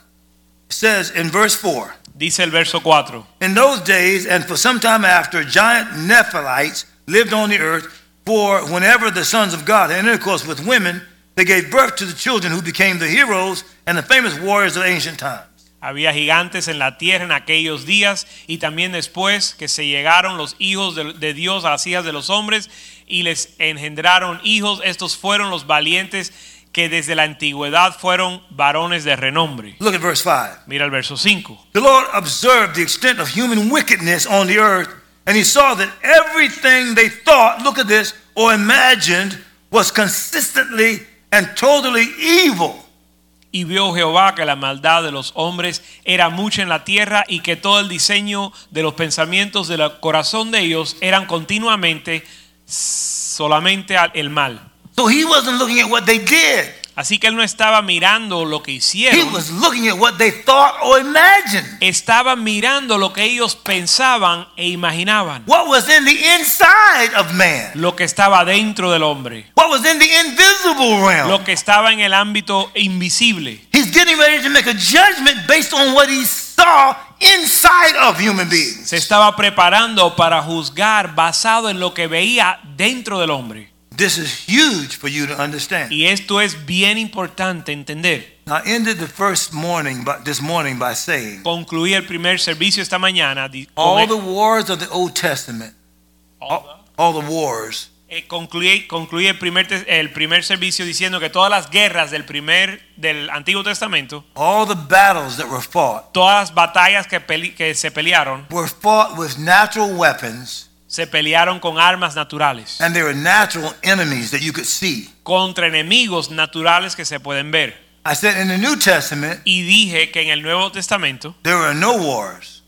[SPEAKER 2] it says in verse 4
[SPEAKER 3] Dice el verso 4.
[SPEAKER 2] In those days, and for some time after, giant Nephilites lived on the earth. For whenever the sons of God had intercourse with women, they gave birth to the children who became the heroes and the famous warriors of ancient times.
[SPEAKER 3] Había gigantes en la tierra en aquellos días y también después que se llegaron los hijos de, de Dios a las hijas de los hombres y les engendraron hijos. Estos fueron los valientes que desde la antigüedad fueron varones de renombre.
[SPEAKER 2] Look at verse 5.
[SPEAKER 3] Mira el verso 5.
[SPEAKER 2] The Lord observed the extent of human wickedness on the earth, and he saw that everything they thought, look at this, or imagined was consistently and totally evil.
[SPEAKER 3] Y vio Jehová que la maldad de los hombres era mucha en la tierra y que todo el diseño de los pensamientos del corazón de ellos eran continuamente solamente al- el mal.
[SPEAKER 2] So he wasn't looking at what they did.
[SPEAKER 3] Así que él no estaba mirando lo que
[SPEAKER 2] He
[SPEAKER 3] hicieron,
[SPEAKER 2] was looking at what they thought or imagined.
[SPEAKER 3] estaba mirando lo que ellos pensaban e imaginaban,
[SPEAKER 2] What was in the inside of man.
[SPEAKER 3] lo que estaba dentro del hombre,
[SPEAKER 2] What was in the invisible realm.
[SPEAKER 3] lo que estaba en el ámbito invisible.
[SPEAKER 2] He's getting ready to make a judgment based on what he saw inside of human beings.
[SPEAKER 3] Se estaba preparando para juzgar basado en lo que veía dentro del hombre.
[SPEAKER 2] This is huge for you to understand.
[SPEAKER 3] Y esto es bien importante entender.
[SPEAKER 2] Now, I ended the first morning, but this morning by saying,
[SPEAKER 3] Concluí el primer servicio esta mañana di- con
[SPEAKER 2] all
[SPEAKER 3] el-
[SPEAKER 2] the wars of the Old Testament, all, all the wars
[SPEAKER 3] eh, concluí, concluí el, primer, tes- el primer servicio diciendo que todas las guerras del primer del Antiguo Testamento,
[SPEAKER 2] All the battles that were fought
[SPEAKER 3] todas las batallas que, peli- que se pelearon,
[SPEAKER 2] were fought with natural weapons,
[SPEAKER 3] se pelearon con armas naturales,
[SPEAKER 2] and there were natural enemies that you could see.
[SPEAKER 3] contra enemigos naturales que se pueden ver.
[SPEAKER 2] I said in the New Testament,
[SPEAKER 3] Y dije que en el Nuevo Testamento
[SPEAKER 2] there are no wars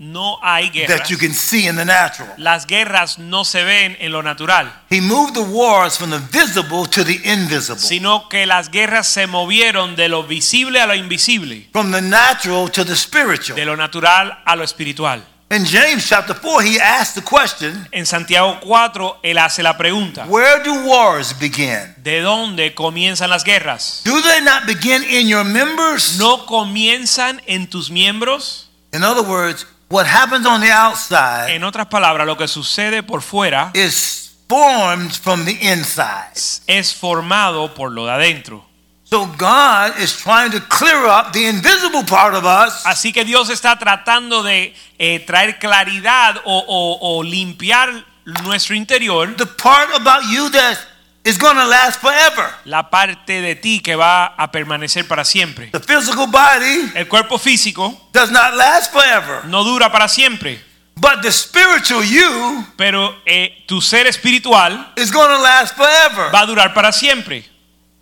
[SPEAKER 3] no hay guerras.
[SPEAKER 2] that you can see in the natural.
[SPEAKER 3] Las guerras no se ven en lo natural,
[SPEAKER 2] He moved the wars from the visible to the invisible,
[SPEAKER 3] sino que las guerras se movieron de lo visible a lo invisible.
[SPEAKER 2] from the natural to the spiritual.
[SPEAKER 3] de lo natural a lo espiritual.
[SPEAKER 2] In James chapter 4, he asked the question,
[SPEAKER 3] En Santiago 4, él hace la pregunta,
[SPEAKER 2] Where do wars begin?
[SPEAKER 3] ¿de dónde comienzan las guerras?
[SPEAKER 2] Do they not begin in your members?
[SPEAKER 3] ¿No comienzan en tus miembros?
[SPEAKER 2] In other words, What happens on the outside
[SPEAKER 3] En otras palabras, lo que sucede por fuera
[SPEAKER 2] is formed from the inside.
[SPEAKER 3] es formado por lo de adentro.
[SPEAKER 2] So God is trying to clear up the invisible part of us
[SPEAKER 3] Así que Dios está tratando de eh, traer claridad o, o- o limpiar nuestro interior,
[SPEAKER 2] the part about you that is going to last forever.
[SPEAKER 3] la parte de ti que va a permanecer para siempre.
[SPEAKER 2] The physical body
[SPEAKER 3] El cuerpo físico
[SPEAKER 2] does not last forever,
[SPEAKER 3] no dura para siempre,
[SPEAKER 2] but the spiritual you
[SPEAKER 3] pero eh, tu ser espiritual
[SPEAKER 2] is going to last forever.
[SPEAKER 3] va a durar para siempre.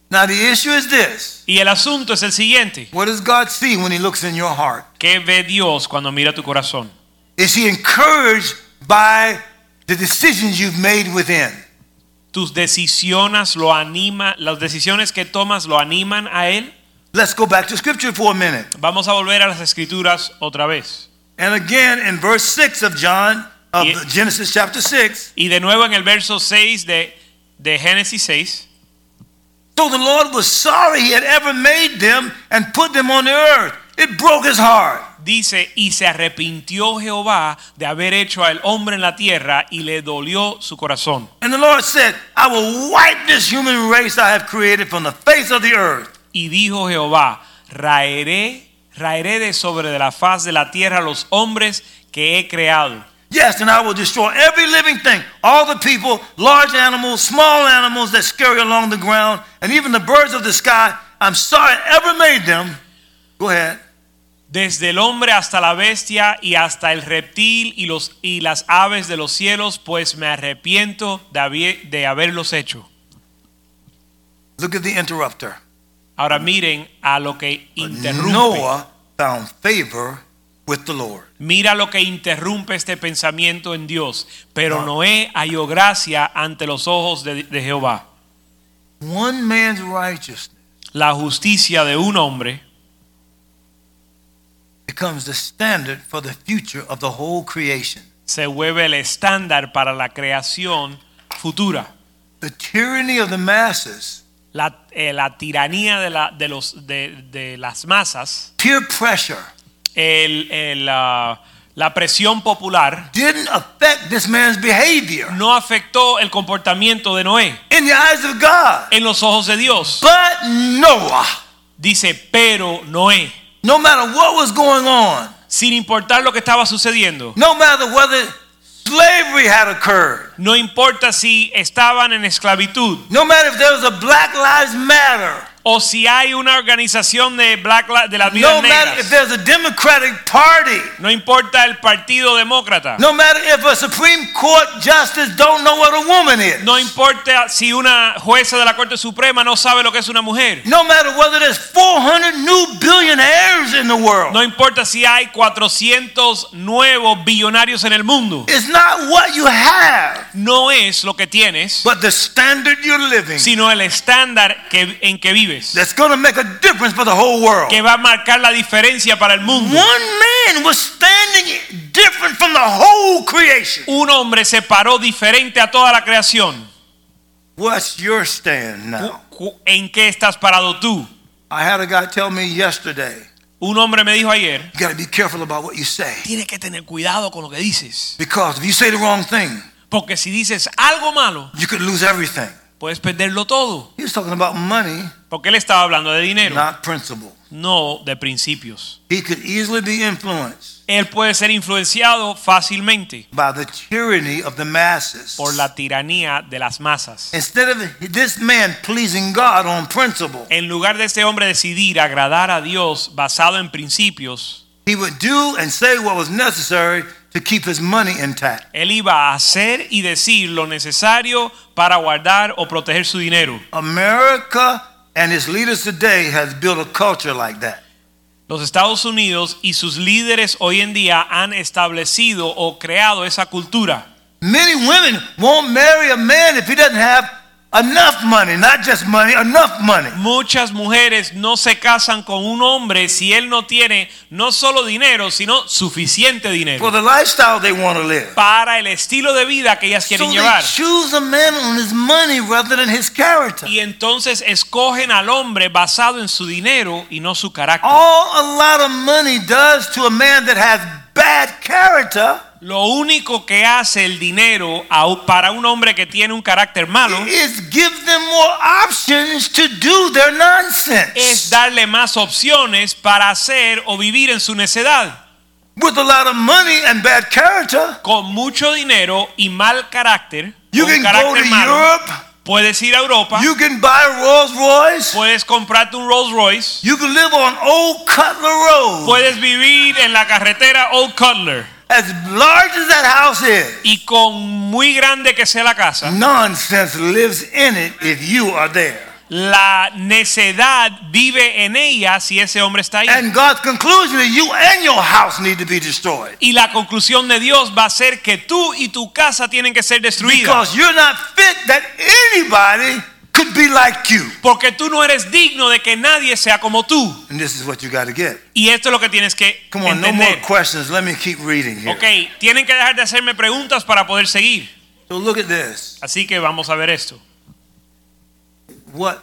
[SPEAKER 2] Now, the issue is this
[SPEAKER 3] Y el asunto es el siguiente,
[SPEAKER 2] what does God see when He looks in your heart?
[SPEAKER 3] ¿qué ve Dios cuando mira tu corazón?
[SPEAKER 2] Is He encouraged by the decisions you've made within?
[SPEAKER 3] Tus decisiones lo anima, las decisiones que tomas lo animan a él.
[SPEAKER 2] Let's go back to Scripture for a minute.
[SPEAKER 3] Vamos a volver a las escrituras otra vez.
[SPEAKER 2] And again, in verse 6 of John, of
[SPEAKER 3] Yeah.
[SPEAKER 2] Genesis chapter 6,
[SPEAKER 3] Y de nuevo en el verso 6 de, de Génesis 6,
[SPEAKER 2] So the Lord was sorry he had ever made them and put them on the earth. It broke his heart.
[SPEAKER 3] dice, y se arrepintió Jehová de haber hecho al hombre en la tierra y le dolió su corazón.
[SPEAKER 2] And the Lord said, I will wipe this human race I have created from the face of the earth.
[SPEAKER 3] Y dijo Jehová, raeré, raeré de sobre de la faz de la tierra los hombres que he creado.
[SPEAKER 2] Yes, and I will destroy every living thing, all the people, large animals, small animals that scurry along the ground, and even the birds of the sky. I'm sorry I ever made them. Go ahead.
[SPEAKER 3] Desde el hombre hasta la bestia y hasta el reptil y, los, y las aves de los cielos, pues me arrepiento de, habi- de haberlos hecho.
[SPEAKER 2] Look at the interrupter.
[SPEAKER 3] Ahora miren a lo que
[SPEAKER 2] But
[SPEAKER 3] interrumpe.
[SPEAKER 2] Noah found favor with the Lord.
[SPEAKER 3] Mira lo que interrumpe este pensamiento en Dios. Pero Noé halló gracia ante los ojos de, de Jehová.
[SPEAKER 2] One man's righteousness.
[SPEAKER 3] La justicia de un hombre
[SPEAKER 2] becomes the standard for the future of the whole creation.
[SPEAKER 3] se vuelve el estándar para la creación futura.
[SPEAKER 2] The tyranny of the masses,
[SPEAKER 3] La, eh, la tiranía de, la- de los, de, de las masas,
[SPEAKER 2] peer pressure,
[SPEAKER 3] el- el, ah, la presión popular,
[SPEAKER 2] didn't affect this man's behavior
[SPEAKER 3] no afectó el comportamiento de Noé
[SPEAKER 2] in the eyes of God.
[SPEAKER 3] en los ojos de Dios.
[SPEAKER 2] But Noah,
[SPEAKER 3] Dice, pero Noé,
[SPEAKER 2] no matter what was going on,
[SPEAKER 3] sin importar lo que estaba sucediendo,
[SPEAKER 2] no matter whether slavery had occurred,
[SPEAKER 3] No importa si estaban en esclavitud
[SPEAKER 2] no matter if there was a Black Lives Matter,
[SPEAKER 3] o si hay una organización de Black Li- de las vidas
[SPEAKER 2] no matter if
[SPEAKER 3] negras.
[SPEAKER 2] there's a Democratic Party,
[SPEAKER 3] No importa el partido demócrata.
[SPEAKER 2] no matter if a Supreme Court justice don't know what a woman is.
[SPEAKER 3] No importa si una jueza de la Corte Suprema no sabe lo que es una mujer.
[SPEAKER 2] No matter whether there's 400 new billionaires in the world,
[SPEAKER 3] No importa si hay 400 nuevos billonarios en el mundo.
[SPEAKER 2] it's not what you have,
[SPEAKER 3] No es lo que tienes,
[SPEAKER 2] but the standard you're living
[SPEAKER 3] sino el estándar que- en que vives.
[SPEAKER 2] that's going to make a difference for the whole world.
[SPEAKER 3] Que va a marcar la diferencia para el mundo.
[SPEAKER 2] One man was standing different from the whole creation.
[SPEAKER 3] Un hombre se paró diferente a toda la creación.
[SPEAKER 2] What's your stand
[SPEAKER 3] Cu-
[SPEAKER 2] now?
[SPEAKER 3] cu- ¿En qué estás parado tú?
[SPEAKER 2] I had a guy tell me yesterday,
[SPEAKER 3] Un hombre me dijo ayer,
[SPEAKER 2] you got to be careful about what you say.
[SPEAKER 3] tienes que tener cuidado con lo que dices,
[SPEAKER 2] Because if you say the wrong thing,
[SPEAKER 3] porque si dices algo malo,
[SPEAKER 2] you could lose everything.
[SPEAKER 3] puedes perderlo todo,
[SPEAKER 2] He was talking about money,
[SPEAKER 3] porque él estaba hablando de dinero,
[SPEAKER 2] not principle.
[SPEAKER 3] no de principios.
[SPEAKER 2] He could easily be influenced
[SPEAKER 3] Él puede ser influenciado fácilmente
[SPEAKER 2] by the tyranny of the masses.
[SPEAKER 3] por la tiranía de las masas.
[SPEAKER 2] Instead of this man pleasing God on principle,
[SPEAKER 3] En lugar de este hombre decidir agradar a Dios basado en principios,
[SPEAKER 2] he would do and say what was necessary to keep his money intact.
[SPEAKER 3] él iba a hacer y decir lo necesario para guardar o proteger su dinero.
[SPEAKER 2] America and its leaders today has built a culture like that.
[SPEAKER 3] Los Estados Unidos y sus líderes hoy en día han establecido o creado esa cultura.
[SPEAKER 2] Many women won't marry a man if he doesn't have enough money, not just money, enough money.
[SPEAKER 3] Muchas mujeres no se casan con un hombre si él no tiene no solo dinero, sino suficiente
[SPEAKER 2] For
[SPEAKER 3] dinero
[SPEAKER 2] the lifestyle they want to live.
[SPEAKER 3] para el estilo de vida que ellas
[SPEAKER 2] So
[SPEAKER 3] quieren
[SPEAKER 2] they
[SPEAKER 3] llevar.
[SPEAKER 2] choose a man on his money rather than his character.
[SPEAKER 3] Y entonces escogen al hombre
[SPEAKER 2] Oh.
[SPEAKER 3] basado en su dinero y no su carácter.
[SPEAKER 2] All a lot of money does to a man that has bad character
[SPEAKER 3] Lo único que hace el dinero a u- para un hombre que tiene un carácter malo
[SPEAKER 2] is give them more options to do their nonsense
[SPEAKER 3] es darle más opciones para hacer o vivir en su necedad.
[SPEAKER 2] with a lot of money and bad character
[SPEAKER 3] Con mucho dinero y mal carácter,
[SPEAKER 2] you
[SPEAKER 3] con
[SPEAKER 2] can go
[SPEAKER 3] carácter
[SPEAKER 2] to
[SPEAKER 3] malo,
[SPEAKER 2] europe
[SPEAKER 3] puedes ir a Europa,
[SPEAKER 2] you can buy a rolls royce
[SPEAKER 3] puedes comprarte un Rolls Royce,
[SPEAKER 2] you can live on old cutler road
[SPEAKER 3] puedes vivir en la carretera Old Cutler
[SPEAKER 2] as large as that house is
[SPEAKER 3] y con muy grande que sea la casa,
[SPEAKER 2] nonsense lives in it if you are there
[SPEAKER 3] la necedad vive en ella si ese hombre está ahí.
[SPEAKER 2] and god's conclusion is you and your house need to be destroyed
[SPEAKER 3] Y la conclusión de Dios va a ser que tú y tu casa tienen que ser destruidas.
[SPEAKER 2] Because you're not fit that anybody could be like you.
[SPEAKER 3] Porque tú no eres digno de que nadie sea como tú.
[SPEAKER 2] And this is what you got to get.
[SPEAKER 3] Y esto es lo que tienes que
[SPEAKER 2] Come on, no more
[SPEAKER 3] entender.
[SPEAKER 2] questions. Let me keep reading here.
[SPEAKER 3] ok, tienen que dejar de hacerme preguntas para poder seguir.
[SPEAKER 2] So look at this.
[SPEAKER 3] Así que vamos a ver esto.
[SPEAKER 2] What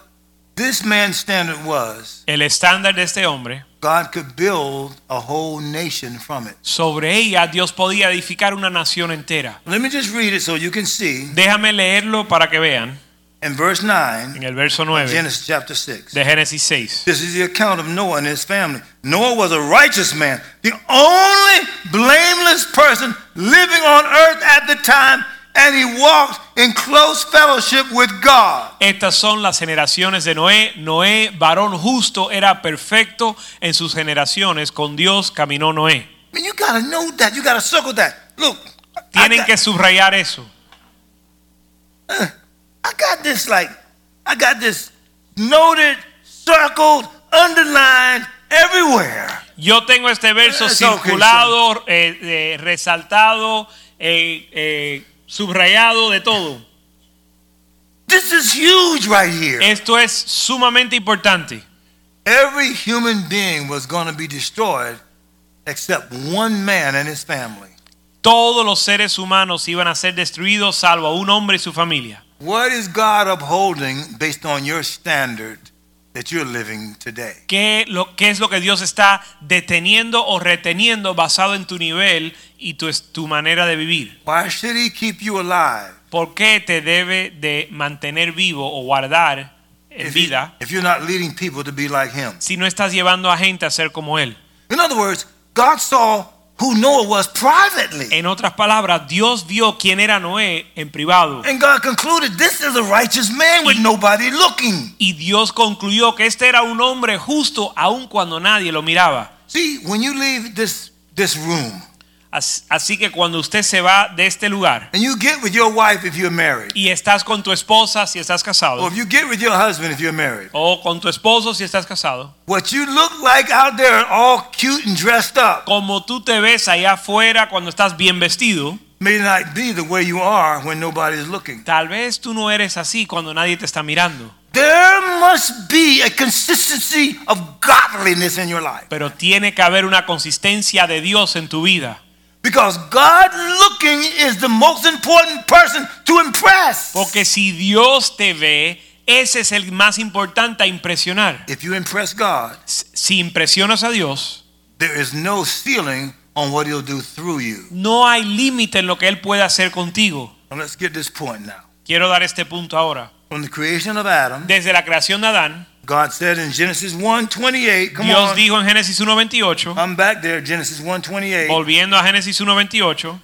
[SPEAKER 2] this man's standard was,
[SPEAKER 3] El estándar de este hombre,
[SPEAKER 2] God could build a whole nation from it.
[SPEAKER 3] sobre ella Dios podía edificar una nación entera.
[SPEAKER 2] Let me just read it so you can see
[SPEAKER 3] Déjame leerlo para que vean
[SPEAKER 2] in verse 9,
[SPEAKER 3] en el verso 9
[SPEAKER 2] Genesis chapter 6.
[SPEAKER 3] de Génesis 6.
[SPEAKER 2] This is the account of Noah and his family. Noah was a righteous man, the only blameless person living on earth at the time, and he walked in close fellowship with God.
[SPEAKER 3] Estas son las generaciones de Noé. Noé, varón justo, era perfecto en sus generaciones. Con Dios caminó Noé.
[SPEAKER 2] I mean, you gotta know that. You gotta circle that. Look, I
[SPEAKER 3] Tienen
[SPEAKER 2] got,
[SPEAKER 3] que subrayar eso.
[SPEAKER 2] I got this like, I got this noted, circled, underlined everywhere.
[SPEAKER 3] Yo tengo este verso
[SPEAKER 2] It's okay,
[SPEAKER 3] circulado, eh, eh, resaltado, eh, eh, subrayado de todo.
[SPEAKER 2] This is huge right here.
[SPEAKER 3] Esto es sumamente importante.
[SPEAKER 2] Every human being was gonna be destroyed except one man and his family.
[SPEAKER 3] Todos los seres humanos iban a ser destruidos salvo a un hombre y su familia.
[SPEAKER 2] What is God upholding based on your standard that you're living today?
[SPEAKER 3] ¿Qué, lo- qué es lo que Dios está deteniendo o reteniendo basado en tu nivel y tu, es- tu manera de vivir?
[SPEAKER 2] Why should He keep you alive
[SPEAKER 3] ¿Por qué te debe de mantener vivo o guardar en
[SPEAKER 2] if, you,
[SPEAKER 3] vida
[SPEAKER 2] if you're not leading people to be like Him?
[SPEAKER 3] si no estás llevando a gente a ser como Él?
[SPEAKER 2] In other words, God saw who Noah was privately,
[SPEAKER 3] En otras palabras, Dios vio quién era Noé en privado.
[SPEAKER 2] and God concluded this is a righteous man with nobody looking.
[SPEAKER 3] Y Dios concluyó que este era un hombre justo aun cuando nadie lo miraba.
[SPEAKER 2] See, when you leave this this room
[SPEAKER 3] As- Así que cuando usted se va de este lugar
[SPEAKER 2] and you get with your wife if you're married,
[SPEAKER 3] y estás con tu esposa si estás
[SPEAKER 2] or
[SPEAKER 3] casado,
[SPEAKER 2] if you get with your husband if you're married,
[SPEAKER 3] o con tu esposo si estás casado,
[SPEAKER 2] what you look like out there all cute and dressed up
[SPEAKER 3] como tú te ves allá afuera cuando estás bien vestido,
[SPEAKER 2] may not be the way you are when nobody's looking.
[SPEAKER 3] tal vez tú no eres así cuando nadie te está mirando.
[SPEAKER 2] There must be a consistency of godliness in your life.
[SPEAKER 3] Pero tiene que haber una consistencia de Dios en tu vida.
[SPEAKER 2] Because God looking is the most important person to impress.
[SPEAKER 3] Porque si Dios te ve, ese es el más importante a impresionar.
[SPEAKER 2] If you impress God,
[SPEAKER 3] S- Si impresionas a Dios,
[SPEAKER 2] there is no ceiling on what he'll do through you.
[SPEAKER 3] no hay límite en lo que Él puede hacer contigo.
[SPEAKER 2] Now let's get this point now.
[SPEAKER 3] Quiero dar este punto ahora.
[SPEAKER 2] From the creation of Adam,
[SPEAKER 3] Desde la creación de Adán,
[SPEAKER 2] God said in Genesis 1:28, come
[SPEAKER 3] Dios
[SPEAKER 2] on.
[SPEAKER 3] dijo en Génesis 1.28,
[SPEAKER 2] I'm back there, Genesis 1:28.
[SPEAKER 3] volviendo a Génesis 1.28,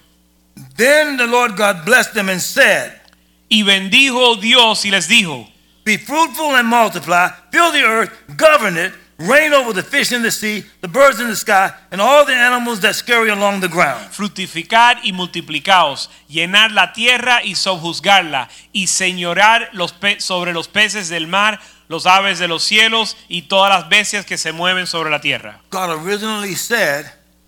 [SPEAKER 2] Then the Lord God blessed them and said,
[SPEAKER 3] y bendijo Dios y les dijo,
[SPEAKER 2] Be fruitful and multiply, fill the earth, govern it, reign over the fish in the sea, the birds in the sky, and all the animals that scurry along the ground.
[SPEAKER 3] fructificad y multiplicaos, llenad la tierra y sojuzgarla, y señorar los pe- sobre los peces del mar, los aves de los cielos y todas las bestias que se mueven sobre la tierra.
[SPEAKER 2] God originally said,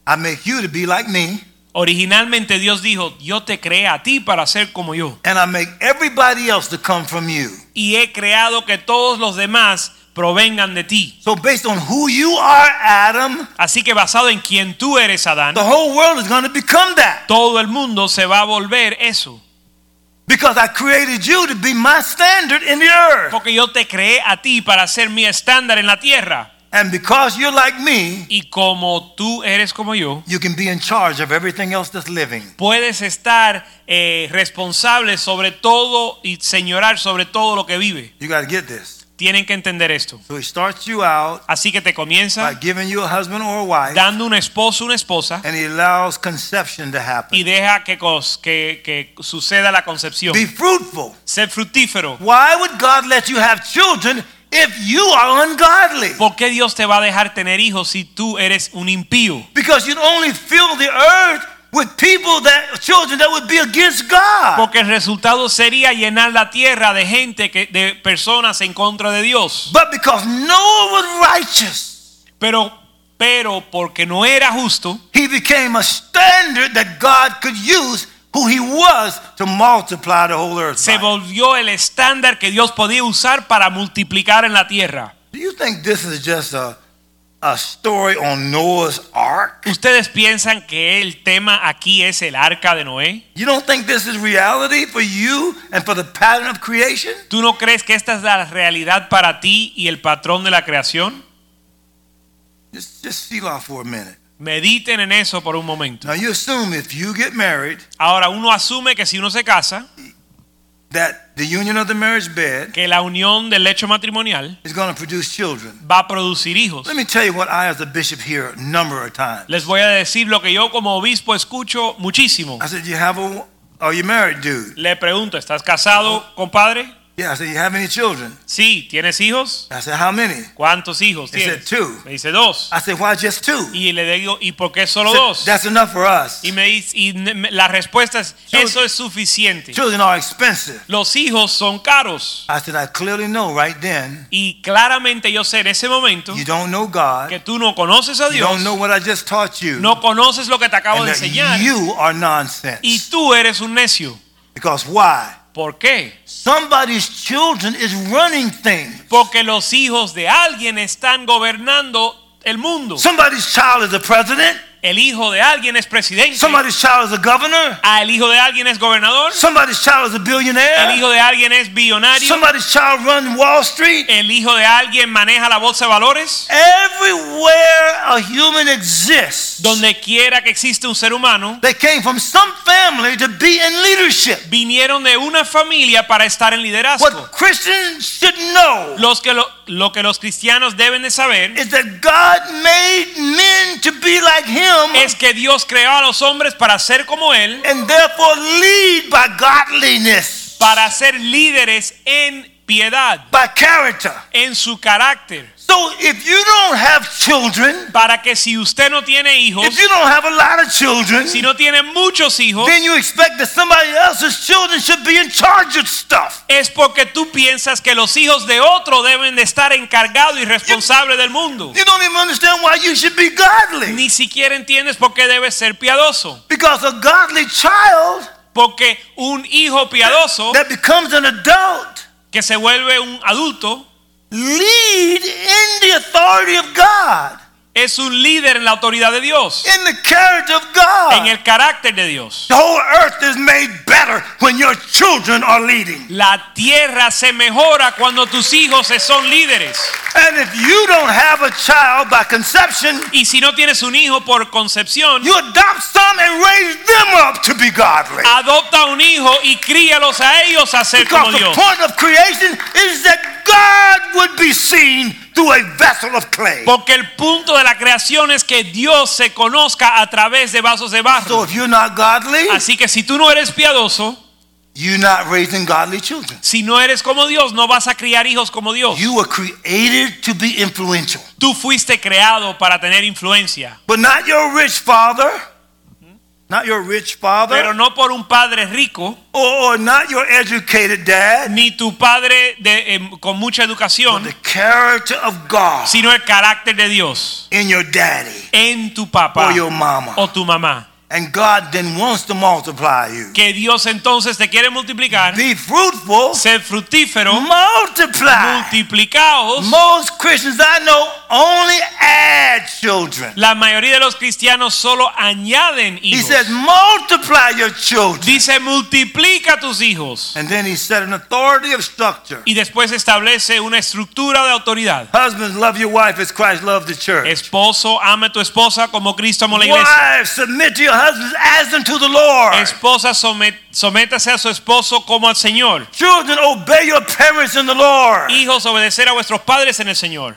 [SPEAKER 2] I make you to be like me,
[SPEAKER 3] Originalmente Dios dijo, yo te creé a ti para ser como yo,
[SPEAKER 2] and I make everybody else to come from you.
[SPEAKER 3] y he creado que todos los demás provengan de ti.
[SPEAKER 2] So, based on who you are, Adam,
[SPEAKER 3] Así que basado en quien tú eres, Adán,
[SPEAKER 2] the whole world is going to become that
[SPEAKER 3] todo el mundo se va a volver eso.
[SPEAKER 2] because I created you to be my standard in the earth.
[SPEAKER 3] Porque yo te creé a ti para ser mi estándar en la tierra.
[SPEAKER 2] And because you're like me,
[SPEAKER 3] Y como tú eres como yo,
[SPEAKER 2] you can be in charge of everything else that's living.
[SPEAKER 3] puedes estar eh, responsable sobre todo y señorar sobre todo lo que vive.
[SPEAKER 2] You got to get this.
[SPEAKER 3] Tienen que entender esto.
[SPEAKER 2] So he starts you out
[SPEAKER 3] Así que te
[SPEAKER 2] by
[SPEAKER 3] comienza
[SPEAKER 2] giving you a husband or a wife,
[SPEAKER 3] dando un esposo, una esposa,
[SPEAKER 2] and he allows conception to
[SPEAKER 3] y
[SPEAKER 2] happen.
[SPEAKER 3] deja que, cos- que, que suceda la concepción.
[SPEAKER 2] Be fruitful.
[SPEAKER 3] Ser fructífero.
[SPEAKER 2] Why would God let you have children if you are ungodly?
[SPEAKER 3] ¿Por qué Dios te va a dejar tener hijos si tú eres un impío?
[SPEAKER 2] Because you'd only fill the earth with people that children that would be against God.
[SPEAKER 3] Porque el resultado sería llenar la tierra de gente, que, de personas en contra de Dios.
[SPEAKER 2] But because Noah was righteous,
[SPEAKER 3] Pero, pero porque no era justo,
[SPEAKER 2] he became a standard that God could use who he was to multiply the whole earth.
[SPEAKER 3] se
[SPEAKER 2] by.
[SPEAKER 3] volvió el estándar que Dios podía usar para multiplicar en la tierra.
[SPEAKER 2] Do you think this is just a a story on Noah's ark?
[SPEAKER 3] ¿Ustedes piensan que el tema aquí es el arca de Noé?
[SPEAKER 2] You don't think this is reality for you and for the pattern of creation?
[SPEAKER 3] ¿Tú no crees que esta es la realidad para ti y el patrón de la creación?
[SPEAKER 2] Just just feel out for a minute.
[SPEAKER 3] Mediten en eso por un momento.
[SPEAKER 2] Now you assume if you get married
[SPEAKER 3] Ahora, uno asume que si uno se casa,
[SPEAKER 2] that the union of the marriage bed
[SPEAKER 3] que la unión del lecho matrimonial
[SPEAKER 2] is going to produce children.
[SPEAKER 3] va a producir hijos.
[SPEAKER 2] Let me tell you what I, as a bishop, hear a number of times.
[SPEAKER 3] Les voy a decir lo que yo como obispo escucho muchísimo.
[SPEAKER 2] I said, "You have a? Are you married, dude?"
[SPEAKER 3] Le pregunto, ¿estás casado, compadre?
[SPEAKER 2] Yeah. I said, "You have any children?"
[SPEAKER 3] Sí, ¿tienes hijos?
[SPEAKER 2] I said, "How many?"
[SPEAKER 3] ¿Cuántos hijos
[SPEAKER 2] He said,
[SPEAKER 3] tienes?
[SPEAKER 2] two.
[SPEAKER 3] Me dice dos.
[SPEAKER 2] I said, "Why just two?
[SPEAKER 3] Y le digo, ¿y por qué solo
[SPEAKER 2] I said,
[SPEAKER 3] dos?
[SPEAKER 2] That's enough for us.
[SPEAKER 3] Y me dice, y ne- me- la respuesta es,
[SPEAKER 2] Children-
[SPEAKER 3] eso es suficiente.
[SPEAKER 2] Children are expensive.
[SPEAKER 3] Los hijos son caros.
[SPEAKER 2] I said, "I clearly know right then
[SPEAKER 3] Y claramente yo sé en ese momento
[SPEAKER 2] you don't know God.
[SPEAKER 3] que tú no conoces a
[SPEAKER 2] You
[SPEAKER 3] Dios,
[SPEAKER 2] don't know what I just taught you,
[SPEAKER 3] no conoces lo que te acabo
[SPEAKER 2] and
[SPEAKER 3] de
[SPEAKER 2] that
[SPEAKER 3] enseñar,
[SPEAKER 2] you are
[SPEAKER 3] y
[SPEAKER 2] nonsense.
[SPEAKER 3] tú eres un necio.
[SPEAKER 2] Because why?
[SPEAKER 3] ¿Por qué?
[SPEAKER 2] Somebody's children is running things.
[SPEAKER 3] Porque los hijos de alguien están gobernando el mundo.
[SPEAKER 2] Somebody's child is a president.
[SPEAKER 3] El hijo de alguien es presidente.
[SPEAKER 2] Somebody's child is a governor.
[SPEAKER 3] Ah, el hijo de alguien es gobernador.
[SPEAKER 2] Somebody's child is a
[SPEAKER 3] El
[SPEAKER 2] billionaire.
[SPEAKER 3] hijo de Eh. alguien es billonario.
[SPEAKER 2] Somebody's child runs Wall Street.
[SPEAKER 3] El hijo de alguien maneja la bolsa de valores.
[SPEAKER 2] Everywhere a human exists,
[SPEAKER 3] Donde quiera que existe un ser humano,
[SPEAKER 2] they came from some family to be in leadership.
[SPEAKER 3] vinieron de una familia para estar en liderazgo.
[SPEAKER 2] What Christians should know
[SPEAKER 3] Los que lo, lo que los cristianos deben de saber
[SPEAKER 2] is that God made men to be like Him
[SPEAKER 3] es que Dios creó a los hombres para ser como él,
[SPEAKER 2] and therefore lead by godliness,
[SPEAKER 3] para ser líderes en piedad,
[SPEAKER 2] by character.
[SPEAKER 3] en su carácter,
[SPEAKER 2] So if you don't have children,
[SPEAKER 3] para que si usted no tiene hijos,
[SPEAKER 2] if you don't have a lot of children,
[SPEAKER 3] si no tiene muchos hijos,
[SPEAKER 2] then you expect that somebody else's children should be in charge of stuff.
[SPEAKER 3] es porque tú piensas que los hijos de otro deben de estar encargados y responsables del mundo.
[SPEAKER 2] You don't even understand why you should be godly.
[SPEAKER 3] Ni siquiera entiendes por qué debes ser piadoso.
[SPEAKER 2] Because a godly child
[SPEAKER 3] Porque un hijo piadoso
[SPEAKER 2] that becomes an adult
[SPEAKER 3] que se vuelve un adulto
[SPEAKER 2] lead in the authority of God,
[SPEAKER 3] es un líder en la autoridad de Dios,
[SPEAKER 2] in the character of
[SPEAKER 3] en
[SPEAKER 2] God.
[SPEAKER 3] el carácter de Dios.
[SPEAKER 2] The whole earth is made better when your children are leading.
[SPEAKER 3] La tierra se mejora cuando tus hijos son líderes.
[SPEAKER 2] And if you don't have a child by conception,
[SPEAKER 3] Y si no tienes un hijo por concepción,
[SPEAKER 2] you adopt some and raise them up to be godly.
[SPEAKER 3] adopta un hijo y críalos a ellos a ser como
[SPEAKER 2] Because the
[SPEAKER 3] Dios.
[SPEAKER 2] point of creation is that God would be seen through a vessel of clay.
[SPEAKER 3] Porque el punto de la creación es que Dios se conozca a través de vasos de
[SPEAKER 2] So
[SPEAKER 3] barro.
[SPEAKER 2] if you're not godly,
[SPEAKER 3] Así que si tú no eres piadoso,
[SPEAKER 2] You're not raising godly children.
[SPEAKER 3] si no eres como Dios, no vas a criar hijos como Dios.
[SPEAKER 2] You were created to be influential,
[SPEAKER 3] Tú fuiste creado para tener influencia,
[SPEAKER 2] but not your rich father, not your rich
[SPEAKER 3] pero
[SPEAKER 2] father,
[SPEAKER 3] no por un padre rico,
[SPEAKER 2] or, or not your educated dad,
[SPEAKER 3] ni tu padre de- em, con mucha
[SPEAKER 2] but the
[SPEAKER 3] educación,
[SPEAKER 2] character of God
[SPEAKER 3] sino el carácter de Dios
[SPEAKER 2] in your daddy
[SPEAKER 3] en tu papá
[SPEAKER 2] or your mama.
[SPEAKER 3] o tu mamá.
[SPEAKER 2] And God then wants to multiply you.
[SPEAKER 3] Que Dios entonces te quiere multiplicar,
[SPEAKER 2] Be fruitful,
[SPEAKER 3] ser fructífero,
[SPEAKER 2] multiply.
[SPEAKER 3] multiplicaos.
[SPEAKER 2] Most Christians I know only add children.
[SPEAKER 3] La mayoría de los cristianos solo añaden
[SPEAKER 2] He
[SPEAKER 3] hijos.
[SPEAKER 2] says, multiply your children.
[SPEAKER 3] Dice multiplica tus hijos.
[SPEAKER 2] And then he set an authority of structure.
[SPEAKER 3] Y después establece una estructura de autoridad.
[SPEAKER 2] Husbands, love your wife as Christ loved the church.
[SPEAKER 3] Esposo, ama a tu esposa como Cristo amó la iglesia.
[SPEAKER 2] Wives, submit to your husbands as unto the Lord.
[SPEAKER 3] Esposa, somet- sométase a su esposo como al Señor.
[SPEAKER 2] Children, obey your parents in the Lord.
[SPEAKER 3] Hijos, obedecer a vuestros padres en el Señor.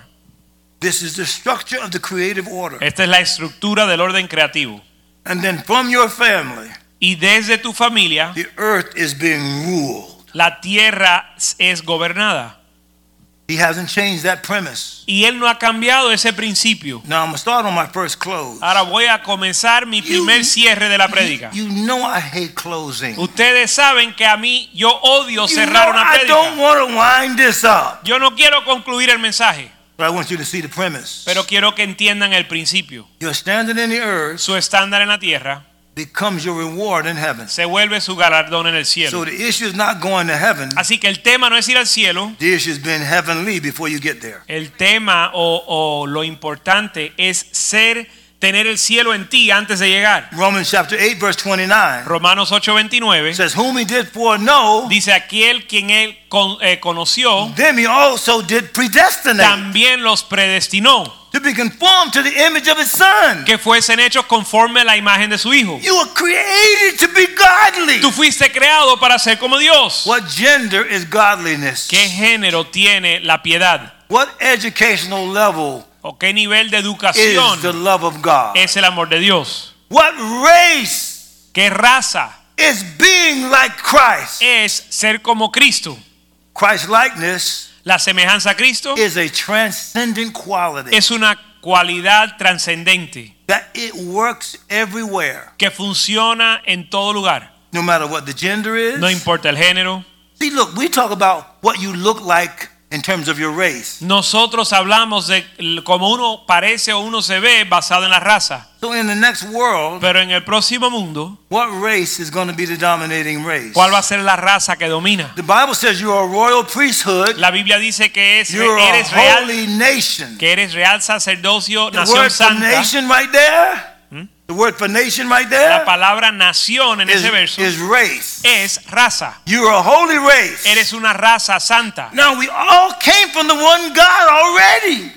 [SPEAKER 2] This is the structure of the creative order.
[SPEAKER 3] Esta es la estructura del orden creativo.
[SPEAKER 2] And then from your family,
[SPEAKER 3] Y desde tu familia,
[SPEAKER 2] the earth is being ruled.
[SPEAKER 3] la tierra es gobernada.
[SPEAKER 2] He hasn't changed that premise.
[SPEAKER 3] Y Él no ha cambiado ese principio.
[SPEAKER 2] Now I'm going to start on my first close.
[SPEAKER 3] Ahora voy a comenzar mi primer cierre de Ah, la prédica.
[SPEAKER 2] You know I hate closing.
[SPEAKER 3] Ustedes saben que a mí yo odio
[SPEAKER 2] You know
[SPEAKER 3] cerrar una
[SPEAKER 2] I don't
[SPEAKER 3] prédica.
[SPEAKER 2] want to wind this up.
[SPEAKER 3] Yo no quiero concluir el mensaje,
[SPEAKER 2] But I want you to see the premise.
[SPEAKER 3] pero quiero que entiendan el principio.
[SPEAKER 2] Your standing in the earth
[SPEAKER 3] Su estándar en la tierra
[SPEAKER 2] becomes your reward in heaven.
[SPEAKER 3] se vuelve su galardón en el cielo.
[SPEAKER 2] So the issue is not going to heaven.
[SPEAKER 3] Así que el tema no es ir al cielo,
[SPEAKER 2] The issue is being heavenly before you get there.
[SPEAKER 3] el tema o, o lo importante es ser, tener el cielo en ti antes de llegar.
[SPEAKER 2] Romans chapter 8, verse 29
[SPEAKER 3] Romanos 8:29
[SPEAKER 2] says, Whom he did foreknow,
[SPEAKER 3] dice aquel quien él con- eh, conoció
[SPEAKER 2] them he also did predestinate
[SPEAKER 3] también los predestinó
[SPEAKER 2] to be conformed to the image of his son.
[SPEAKER 3] que fuesen hechos conforme a la imagen de su hijo.
[SPEAKER 2] You were created to be godly.
[SPEAKER 3] Tú fuiste creado para ser como Dios.
[SPEAKER 2] What gender is godliness?
[SPEAKER 3] ¿Qué género tiene la piedad?
[SPEAKER 2] What educational level
[SPEAKER 3] ¿O qué nivel de
[SPEAKER 2] is the
[SPEAKER 3] educación
[SPEAKER 2] love of God?
[SPEAKER 3] es el amor de Dios?
[SPEAKER 2] What race
[SPEAKER 3] ¿Qué raza
[SPEAKER 2] is being like Christ?
[SPEAKER 3] es ser como Cristo?
[SPEAKER 2] Christ likeness
[SPEAKER 3] La semejanza a Cristo
[SPEAKER 2] is a transcendent quality
[SPEAKER 3] es una cualidad trascendente
[SPEAKER 2] that it works everywhere,
[SPEAKER 3] que funciona en todo lugar.
[SPEAKER 2] no matter what the gender is.
[SPEAKER 3] No importa el género.
[SPEAKER 2] See, look, we talk about what you look like in terms of your race.
[SPEAKER 3] Nosotros hablamos de l- como uno parece o uno se ve basado en la raza.
[SPEAKER 2] So in the next world,
[SPEAKER 3] Pero en el próximo mundo,
[SPEAKER 2] what race is going to be the dominating race?
[SPEAKER 3] ¿cuál va a ser la raza que domina?
[SPEAKER 2] The Bible says you are a royal priesthood,
[SPEAKER 3] La Biblia dice que es,
[SPEAKER 2] you're a
[SPEAKER 3] eres real
[SPEAKER 2] holy nation.
[SPEAKER 3] que eres real sacerdocio,
[SPEAKER 2] The
[SPEAKER 3] nación
[SPEAKER 2] word for
[SPEAKER 3] santa. Hmm?
[SPEAKER 2] nation right there, the word for nation right
[SPEAKER 3] La
[SPEAKER 2] there
[SPEAKER 3] palabra nación en
[SPEAKER 2] is,
[SPEAKER 3] ese verso
[SPEAKER 2] is race.
[SPEAKER 3] es raza.
[SPEAKER 2] You're a holy race.
[SPEAKER 3] Eres una raza santa.
[SPEAKER 2] Now we all came from the one God already.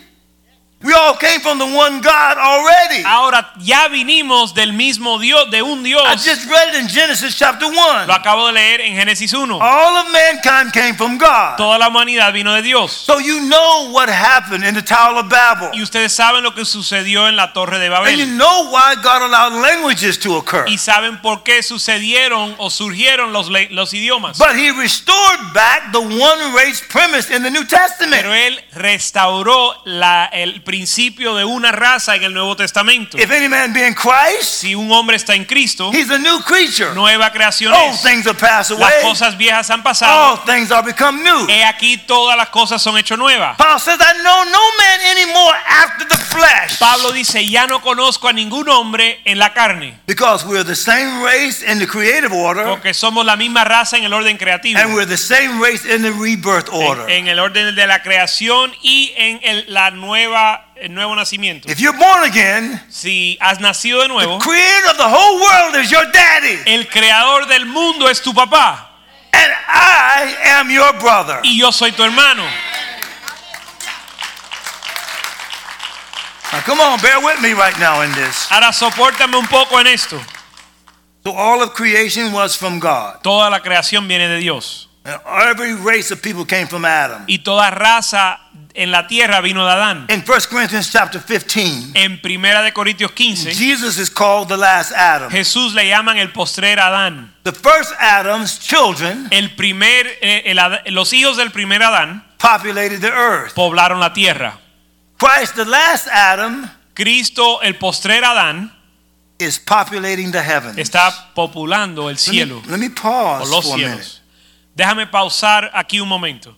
[SPEAKER 2] We all came from the one God already.
[SPEAKER 3] Ahora ya vinimos del mismo Dios, de un
[SPEAKER 2] I
[SPEAKER 3] Dios.
[SPEAKER 2] just read it in Genesis chapter 1.
[SPEAKER 3] Lo acabo de leer en Génesis 1.
[SPEAKER 2] All of mankind came from God.
[SPEAKER 3] Toda la humanidad vino de Dios.
[SPEAKER 2] So you know what happened in the Tower of Babel.
[SPEAKER 3] Y ustedes saben lo que sucedió en la Torre de
[SPEAKER 2] And you
[SPEAKER 3] Babel.
[SPEAKER 2] know why God allowed languages to occur.
[SPEAKER 3] Y saben por qué sucedieron o surgieron los, le- los idiomas.
[SPEAKER 2] But he restored back the one race premise in the New
[SPEAKER 3] Pero
[SPEAKER 2] Testament.
[SPEAKER 3] él restauró la- el principio de una raza en el Nuevo Testamento.
[SPEAKER 2] If any man be in Christ,
[SPEAKER 3] Si un hombre está en Cristo,
[SPEAKER 2] he's a new creature.
[SPEAKER 3] nueva creación
[SPEAKER 2] Old
[SPEAKER 3] es.
[SPEAKER 2] things are passed
[SPEAKER 3] Las
[SPEAKER 2] away.
[SPEAKER 3] cosas viejas han
[SPEAKER 2] All
[SPEAKER 3] Eh. pasado.
[SPEAKER 2] things are become new.
[SPEAKER 3] He aquí todas las cosas son hechas nuevas.
[SPEAKER 2] Paul says, I know no man anymore after the flesh.
[SPEAKER 3] Pablo dice, ya no conozco a ningún hombre en la carne,
[SPEAKER 2] Because we're the same race in the creative order,
[SPEAKER 3] porque somos la misma raza en el orden creativo,
[SPEAKER 2] and we're the same race in the rebirth order.
[SPEAKER 3] en, en el orden de la creación y en el, la nueva, el nuevo nacimiento.
[SPEAKER 2] If you're born again,
[SPEAKER 3] Si has nacido de
[SPEAKER 2] the
[SPEAKER 3] nuevo,
[SPEAKER 2] creator of the whole world is your daddy,
[SPEAKER 3] el creador del mundo es tu papá
[SPEAKER 2] and I am your brother.
[SPEAKER 3] y yo soy tu hermano.
[SPEAKER 2] Now, come on, bear with me right now in this.
[SPEAKER 3] Ahora soportame un poco en esto.
[SPEAKER 2] So, all of creation was from God,
[SPEAKER 3] Toda la creación viene de Dios
[SPEAKER 2] and every race of people came from Adam.
[SPEAKER 3] y toda raza en la tierra vino de Adán.
[SPEAKER 2] In 1 Corinthians chapter 15,
[SPEAKER 3] En Primera de Corintios 15,
[SPEAKER 2] Jesus is called the last Adam.
[SPEAKER 3] Jesús le llaman el postrer Adán.
[SPEAKER 2] The first Adam's children
[SPEAKER 3] El primer, eh, el Ad- los hijos del primer Adán
[SPEAKER 2] populated the earth.
[SPEAKER 3] poblaron la tierra.
[SPEAKER 2] Christ, the last Adam,
[SPEAKER 3] Cristo, el postrer Adán,
[SPEAKER 2] is populating the heavens.
[SPEAKER 3] está populando el
[SPEAKER 2] Let me-
[SPEAKER 3] cielo
[SPEAKER 2] Let me
[SPEAKER 3] o
[SPEAKER 2] pause
[SPEAKER 3] los
[SPEAKER 2] for a minute.
[SPEAKER 3] cielos. Déjame pausar aquí un momento.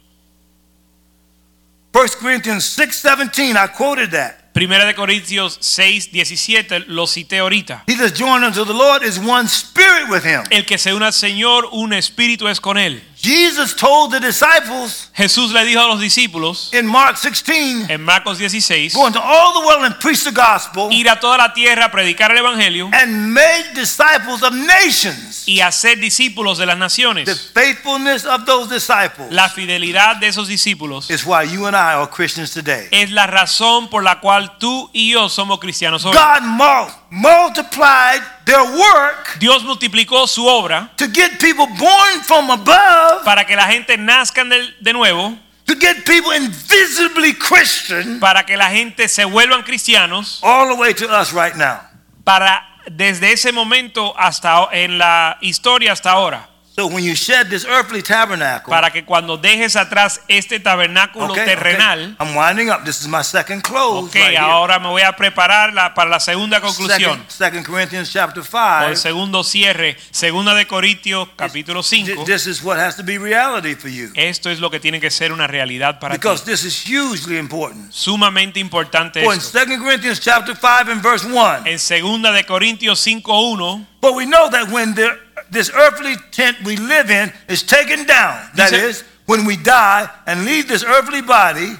[SPEAKER 2] 1 Corinthians 6:17, I quoted that.
[SPEAKER 3] Primera de Corintios 6, 17, lo cité ahorita.
[SPEAKER 2] He that's joined unto the Lord is one spirit with him.
[SPEAKER 3] El que se une al Señor, un espíritu es con él.
[SPEAKER 2] Jesus told the disciples
[SPEAKER 3] Jesús le dijo a los discípulos
[SPEAKER 2] in Mark 16,
[SPEAKER 3] en Marcos 16,
[SPEAKER 2] go into all the world and preach the gospel
[SPEAKER 3] ir a toda la tierra a predicar el Evangelio
[SPEAKER 2] and make disciples of nations.
[SPEAKER 3] y hacer discípulos de las
[SPEAKER 2] The
[SPEAKER 3] naciones.
[SPEAKER 2] faithfulness of those disciples
[SPEAKER 3] La fidelidad de esos discípulos
[SPEAKER 2] is why you and I are Christians today.
[SPEAKER 3] es la razón por la cual tú y yo somos cristianos hoy.
[SPEAKER 2] God mul- multiplied their work
[SPEAKER 3] Dios multiplicó su obra
[SPEAKER 2] to get people born from above,
[SPEAKER 3] para que la gente nazca de de nuevo,
[SPEAKER 2] to get people invisibly Christian,
[SPEAKER 3] para que la gente se vuelvan cristianos,
[SPEAKER 2] all the way to us right now.
[SPEAKER 3] para desde ese momento hasta o- en la historia hasta ahora,
[SPEAKER 2] So when you shed this earthly tabernacle,
[SPEAKER 3] para que cuando dejes atrás este tabernáculo
[SPEAKER 2] okay, okay,
[SPEAKER 3] terrenal,
[SPEAKER 2] I'm winding up. This is my second close.
[SPEAKER 3] ok,
[SPEAKER 2] right here.
[SPEAKER 3] ahora me voy a preparar la- para la segunda conclusión.
[SPEAKER 2] Second, Second Corinthians chapter
[SPEAKER 3] o el
[SPEAKER 2] 5.
[SPEAKER 3] segundo cierre, segunda de Corintios capítulo
[SPEAKER 2] Th-
[SPEAKER 3] 5.
[SPEAKER 2] This is what has to be reality for you.
[SPEAKER 3] Esto es lo que tiene que ser una realidad para ti.
[SPEAKER 2] Because this is hugely important.
[SPEAKER 3] Sumamente importante
[SPEAKER 2] For in
[SPEAKER 3] esto.
[SPEAKER 2] 2 Corinthians chapter 5 and verse 1.
[SPEAKER 3] En segunda de Corintios 5:1
[SPEAKER 2] But we know that when the, this earthly tent we live in is taken down, that
[SPEAKER 3] Dice-
[SPEAKER 2] is, when we die and leave this earthly body,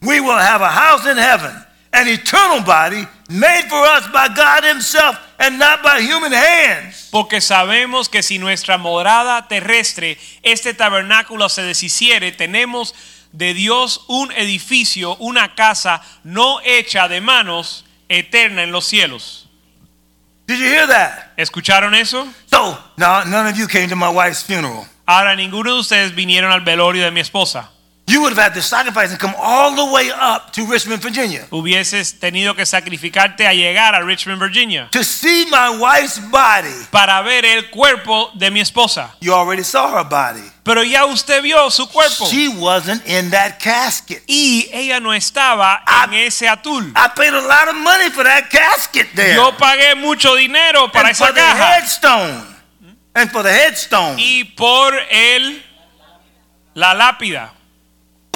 [SPEAKER 2] we will have a house in heaven, an eternal body made for us by God Himself and not by human hands.
[SPEAKER 3] Porque sabemos que si nuestra morada terrestre, este tabernáculo se deshiciere, tenemos de Dios un edificio, una casa no hecha de manos, eterna en los cielos.
[SPEAKER 2] Did you hear that?
[SPEAKER 3] ¿Escucharon eso?
[SPEAKER 2] So, now none of you came to my wife's funeral.
[SPEAKER 3] Ahora ninguno de ustedes vinieron al velorio de mi esposa.
[SPEAKER 2] You would have had to sacrifice and come all the way up to Richmond, Virginia
[SPEAKER 3] Hubieses tenido que sacrificarte a llegar a Richmond, Virginia,
[SPEAKER 2] to see my wife's body.
[SPEAKER 3] para ver el cuerpo de mi esposa.
[SPEAKER 2] You already saw her body.
[SPEAKER 3] Pero ya usted vio su cuerpo
[SPEAKER 2] She wasn't in that casket.
[SPEAKER 3] y ella no estaba en ese atul.
[SPEAKER 2] I paid a lot of money for that casket there.
[SPEAKER 3] Yo pagué mucho dinero para
[SPEAKER 2] and for
[SPEAKER 3] esa
[SPEAKER 2] the
[SPEAKER 3] caja
[SPEAKER 2] headstone. And for the headstone.
[SPEAKER 3] y por el la lápida,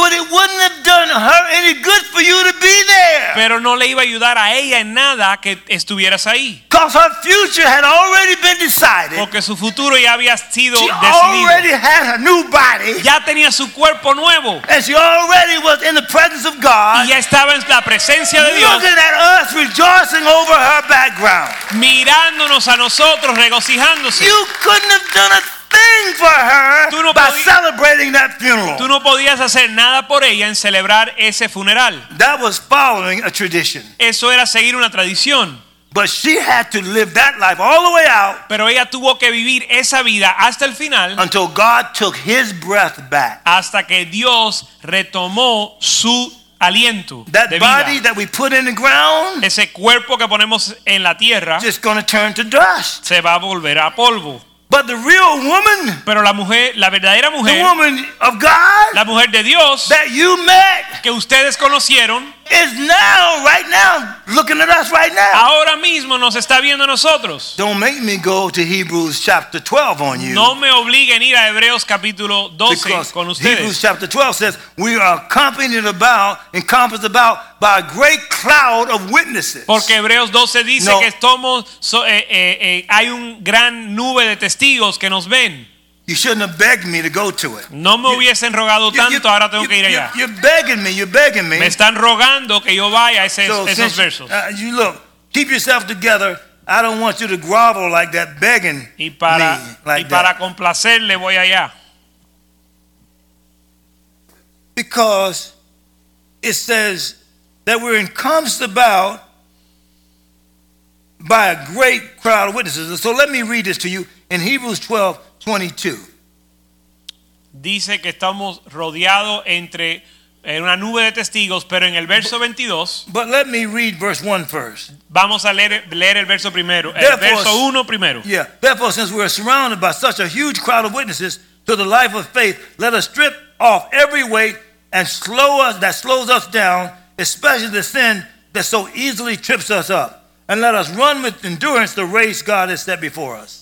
[SPEAKER 2] But it wouldn't have done her any good for you to be there.
[SPEAKER 3] pero no le iba a ayudar a ella en nada que estuvieras ahí,
[SPEAKER 2] Because her future had already been decided.
[SPEAKER 3] porque su futuro ya había sido
[SPEAKER 2] She
[SPEAKER 3] decidido.
[SPEAKER 2] already had her new body.
[SPEAKER 3] Ya tenía su cuerpo nuevo
[SPEAKER 2] And she already was in the presence of
[SPEAKER 3] y
[SPEAKER 2] God.
[SPEAKER 3] ya estaba en la presencia de Dios,
[SPEAKER 2] Looking at us rejoicing over her background.
[SPEAKER 3] mirándonos a nosotros, regocijándose.
[SPEAKER 2] You couldn't have done a thing for her
[SPEAKER 3] Tú no
[SPEAKER 2] by
[SPEAKER 3] podías-
[SPEAKER 2] celebrating that funeral.
[SPEAKER 3] Tú no podías hacer nada por ella en celebrar ese funeral.
[SPEAKER 2] That was following a tradition.
[SPEAKER 3] Eso era seguir una tradición.
[SPEAKER 2] But she had to live that life all the way out
[SPEAKER 3] Pero ella tuvo que vivir esa vida hasta el final,
[SPEAKER 2] until God took his breath back.
[SPEAKER 3] hasta que Dios retomó su aliento
[SPEAKER 2] That
[SPEAKER 3] de
[SPEAKER 2] body
[SPEAKER 3] vida.
[SPEAKER 2] that we put in the ground
[SPEAKER 3] Ese cuerpo que ponemos en la tierra
[SPEAKER 2] just going to turn to dust.
[SPEAKER 3] se va a volver a polvo.
[SPEAKER 2] But the real woman,
[SPEAKER 3] Pero la mujer, la verdadera
[SPEAKER 2] the
[SPEAKER 3] mujer,
[SPEAKER 2] woman of God
[SPEAKER 3] la mujer de Dios
[SPEAKER 2] that you met
[SPEAKER 3] que ustedes conocieron,
[SPEAKER 2] is now, right now, looking at us right now.
[SPEAKER 3] ahora mismo nos está viendo a nosotros.
[SPEAKER 2] Don't make me go to Hebrews chapter 12 on you.
[SPEAKER 3] No me obliguen a ir a Hebreos capítulo 12
[SPEAKER 2] Because
[SPEAKER 3] con ustedes.
[SPEAKER 2] Hebrews chapter 12 says, We are accompanied about, encompassed about by a great cloud of witnesses.
[SPEAKER 3] Porque Hebreos 12 dice
[SPEAKER 2] No.
[SPEAKER 3] que estamos, so- eh, eh, eh, hay un gran nube de testigos que nos ven.
[SPEAKER 2] You shouldn't have begged me to go to it.
[SPEAKER 3] No me hubiesen rogado
[SPEAKER 2] You- you-
[SPEAKER 3] tanto, ahora tengo
[SPEAKER 2] you-
[SPEAKER 3] que ir
[SPEAKER 2] you-
[SPEAKER 3] allá.
[SPEAKER 2] You're begging me, you're begging me.
[SPEAKER 3] Me están rogando que yo vaya a ese-
[SPEAKER 2] ¿Eh? So
[SPEAKER 3] esos
[SPEAKER 2] since-
[SPEAKER 3] versos.
[SPEAKER 2] uh, you look, keep yourself together. I don't want you to grovel like that, begging
[SPEAKER 3] Y para,
[SPEAKER 2] me like
[SPEAKER 3] y para
[SPEAKER 2] that.
[SPEAKER 3] complacerle voy allá.
[SPEAKER 2] Because it says that we're encompassed about by a great crowd of witnesses. And So let me read this to you in Hebrews 12, 22.
[SPEAKER 3] Dice que estamos rodeados entre en una nube de testigos, pero en el verso 22,
[SPEAKER 2] But let me read verse 1 first.
[SPEAKER 3] vamos a leer, leer el verso primero, el
[SPEAKER 2] Therefore-
[SPEAKER 3] verso 1 primero.
[SPEAKER 2] Yeah. Therefore, since we are surrounded by such a huge crowd of witnesses to the life of faith, let us strip off every weight and slow us that slows us down, especially the sin that so easily trips us up. And let us run with endurance the race God has set before us.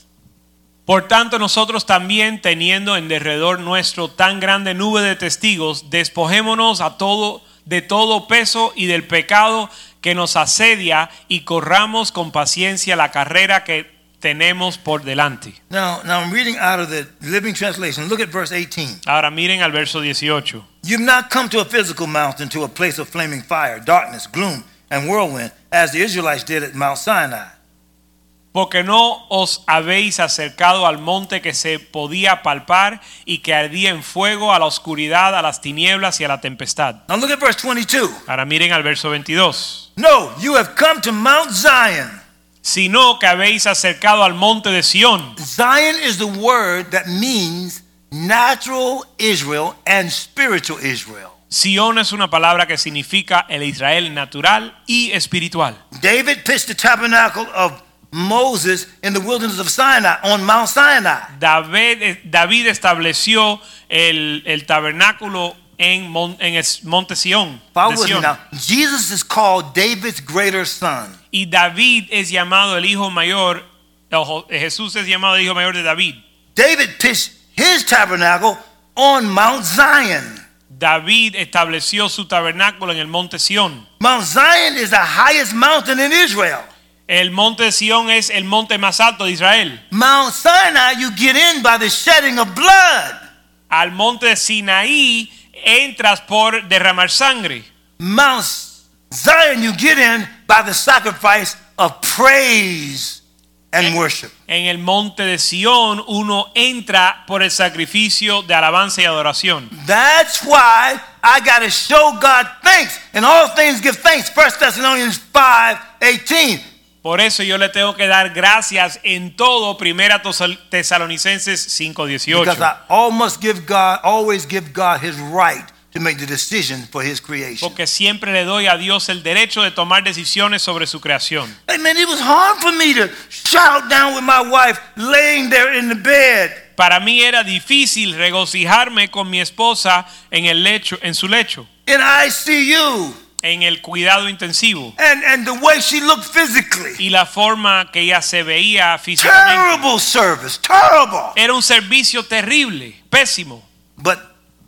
[SPEAKER 3] Por tanto, nosotros también, teniendo en derredor nuestro tan grande nube de testigos, despojémonos a todo, de todo peso y del pecado que nos asedia y corramos con paciencia la carrera que tenemos por delante.
[SPEAKER 2] Now, now I'm reading out of the Living Translation. Look at verse 18.
[SPEAKER 3] Ahora miren al verso 18.
[SPEAKER 2] You've not come to a physical mountain, to a place of flaming fire, darkness, gloom, and whirlwind, as the Israelites did at Mount Sinai.
[SPEAKER 3] Porque no os habéis acercado al monte que se podía palpar y que ardía en fuego a la oscuridad, a las tinieblas y a la tempestad.
[SPEAKER 2] Now look at verse 22.
[SPEAKER 3] Ahora miren al verso 22.
[SPEAKER 2] No, you have come to Mount Zion.
[SPEAKER 3] Sino que habéis acercado al monte de Sión.
[SPEAKER 2] Zion is the word that means natural Israel and spiritual Israel.
[SPEAKER 3] Sión es una palabra que significa el Israel natural y espiritual.
[SPEAKER 2] David pitched the tabernacle of Moses in the wilderness of Sinai on Mount Sinai.
[SPEAKER 3] David, eh, David estableció el, el tabernáculo en, mon- en el monte Sión. de
[SPEAKER 2] Follow with me
[SPEAKER 3] Sión.
[SPEAKER 2] now. Jesus is called David's greater son.
[SPEAKER 3] Y David es llamado el hijo mayor. ojo, Jesús es llamado el hijo mayor de David.
[SPEAKER 2] David pitched his tabernacle on Mount Zion.
[SPEAKER 3] David estableció su tabernáculo en el monte Sión.
[SPEAKER 2] Mount Zion is the highest mountain in Israel.
[SPEAKER 3] El monte de Sión es el monte más alto de Israel.
[SPEAKER 2] Mount Sinai, you get in by the shedding of blood.
[SPEAKER 3] Al monte de Sinaí entras por derramar sangre.
[SPEAKER 2] Mount Zion, you get in by the sacrifice of praise and worship.
[SPEAKER 3] En el monte de Sión uno entra por el sacrificio de alabanza y adoración.
[SPEAKER 2] That's why I got to show God thanks and all things give thanks. 1 Thessalonians 5 18.
[SPEAKER 3] Por eso yo le tengo que dar gracias en todo. Primera Tosal- Tesalonicenses
[SPEAKER 2] Because
[SPEAKER 3] 5:18.
[SPEAKER 2] I all must give God, always give God his right to make the decision for his creation.
[SPEAKER 3] Porque siempre le doy a Dios el derecho de tomar decisiones sobre su creación.
[SPEAKER 2] Hey man, it was hard for me to shout down with my wife laying there in the bed.
[SPEAKER 3] Para mí era difícil regocijarme con mi esposa en el lecho, en su lecho,
[SPEAKER 2] in ICU
[SPEAKER 3] en el cuidado intensivo
[SPEAKER 2] and, and the way she looked physically.
[SPEAKER 3] y la forma que ella se veía físicamente.
[SPEAKER 2] Terrible service, terrible.
[SPEAKER 3] Era un servicio terrible, pésimo,
[SPEAKER 2] But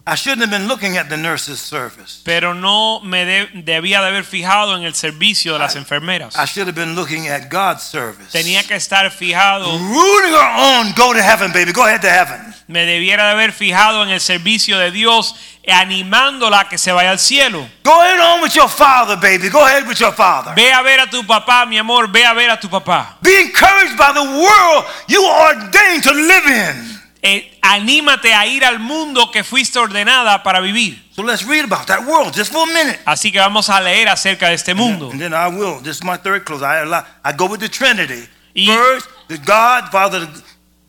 [SPEAKER 2] I shouldn't have been looking at the nurse's service.
[SPEAKER 3] pero no me de- debía de haber fijado en el servicio de las enfermeras.
[SPEAKER 2] I should have been looking at God's service.
[SPEAKER 3] Tenía que estar fijado,
[SPEAKER 2] Rooting her on, go to heaven, baby, go ahead to heaven.
[SPEAKER 3] me debiera de haber fijado en el servicio de Dios, animándola a que se vaya al cielo.
[SPEAKER 2] Go ahead on with your father, baby, go ahead with your father.
[SPEAKER 3] Ve a ver a tu papá, mi amor, ve a ver a tu papá.
[SPEAKER 2] Be encouraged by the world you are ordained to live in.
[SPEAKER 3] Eh, anímate a ir al mundo que fuiste ordenada para vivir.
[SPEAKER 2] So let's read about that world just for a minute.
[SPEAKER 3] Así que vamos a leer acerca de este mundo.
[SPEAKER 2] And then I will. This is my third close. I allow, I go with the Trinity.
[SPEAKER 3] Y-
[SPEAKER 2] First, the God, Father,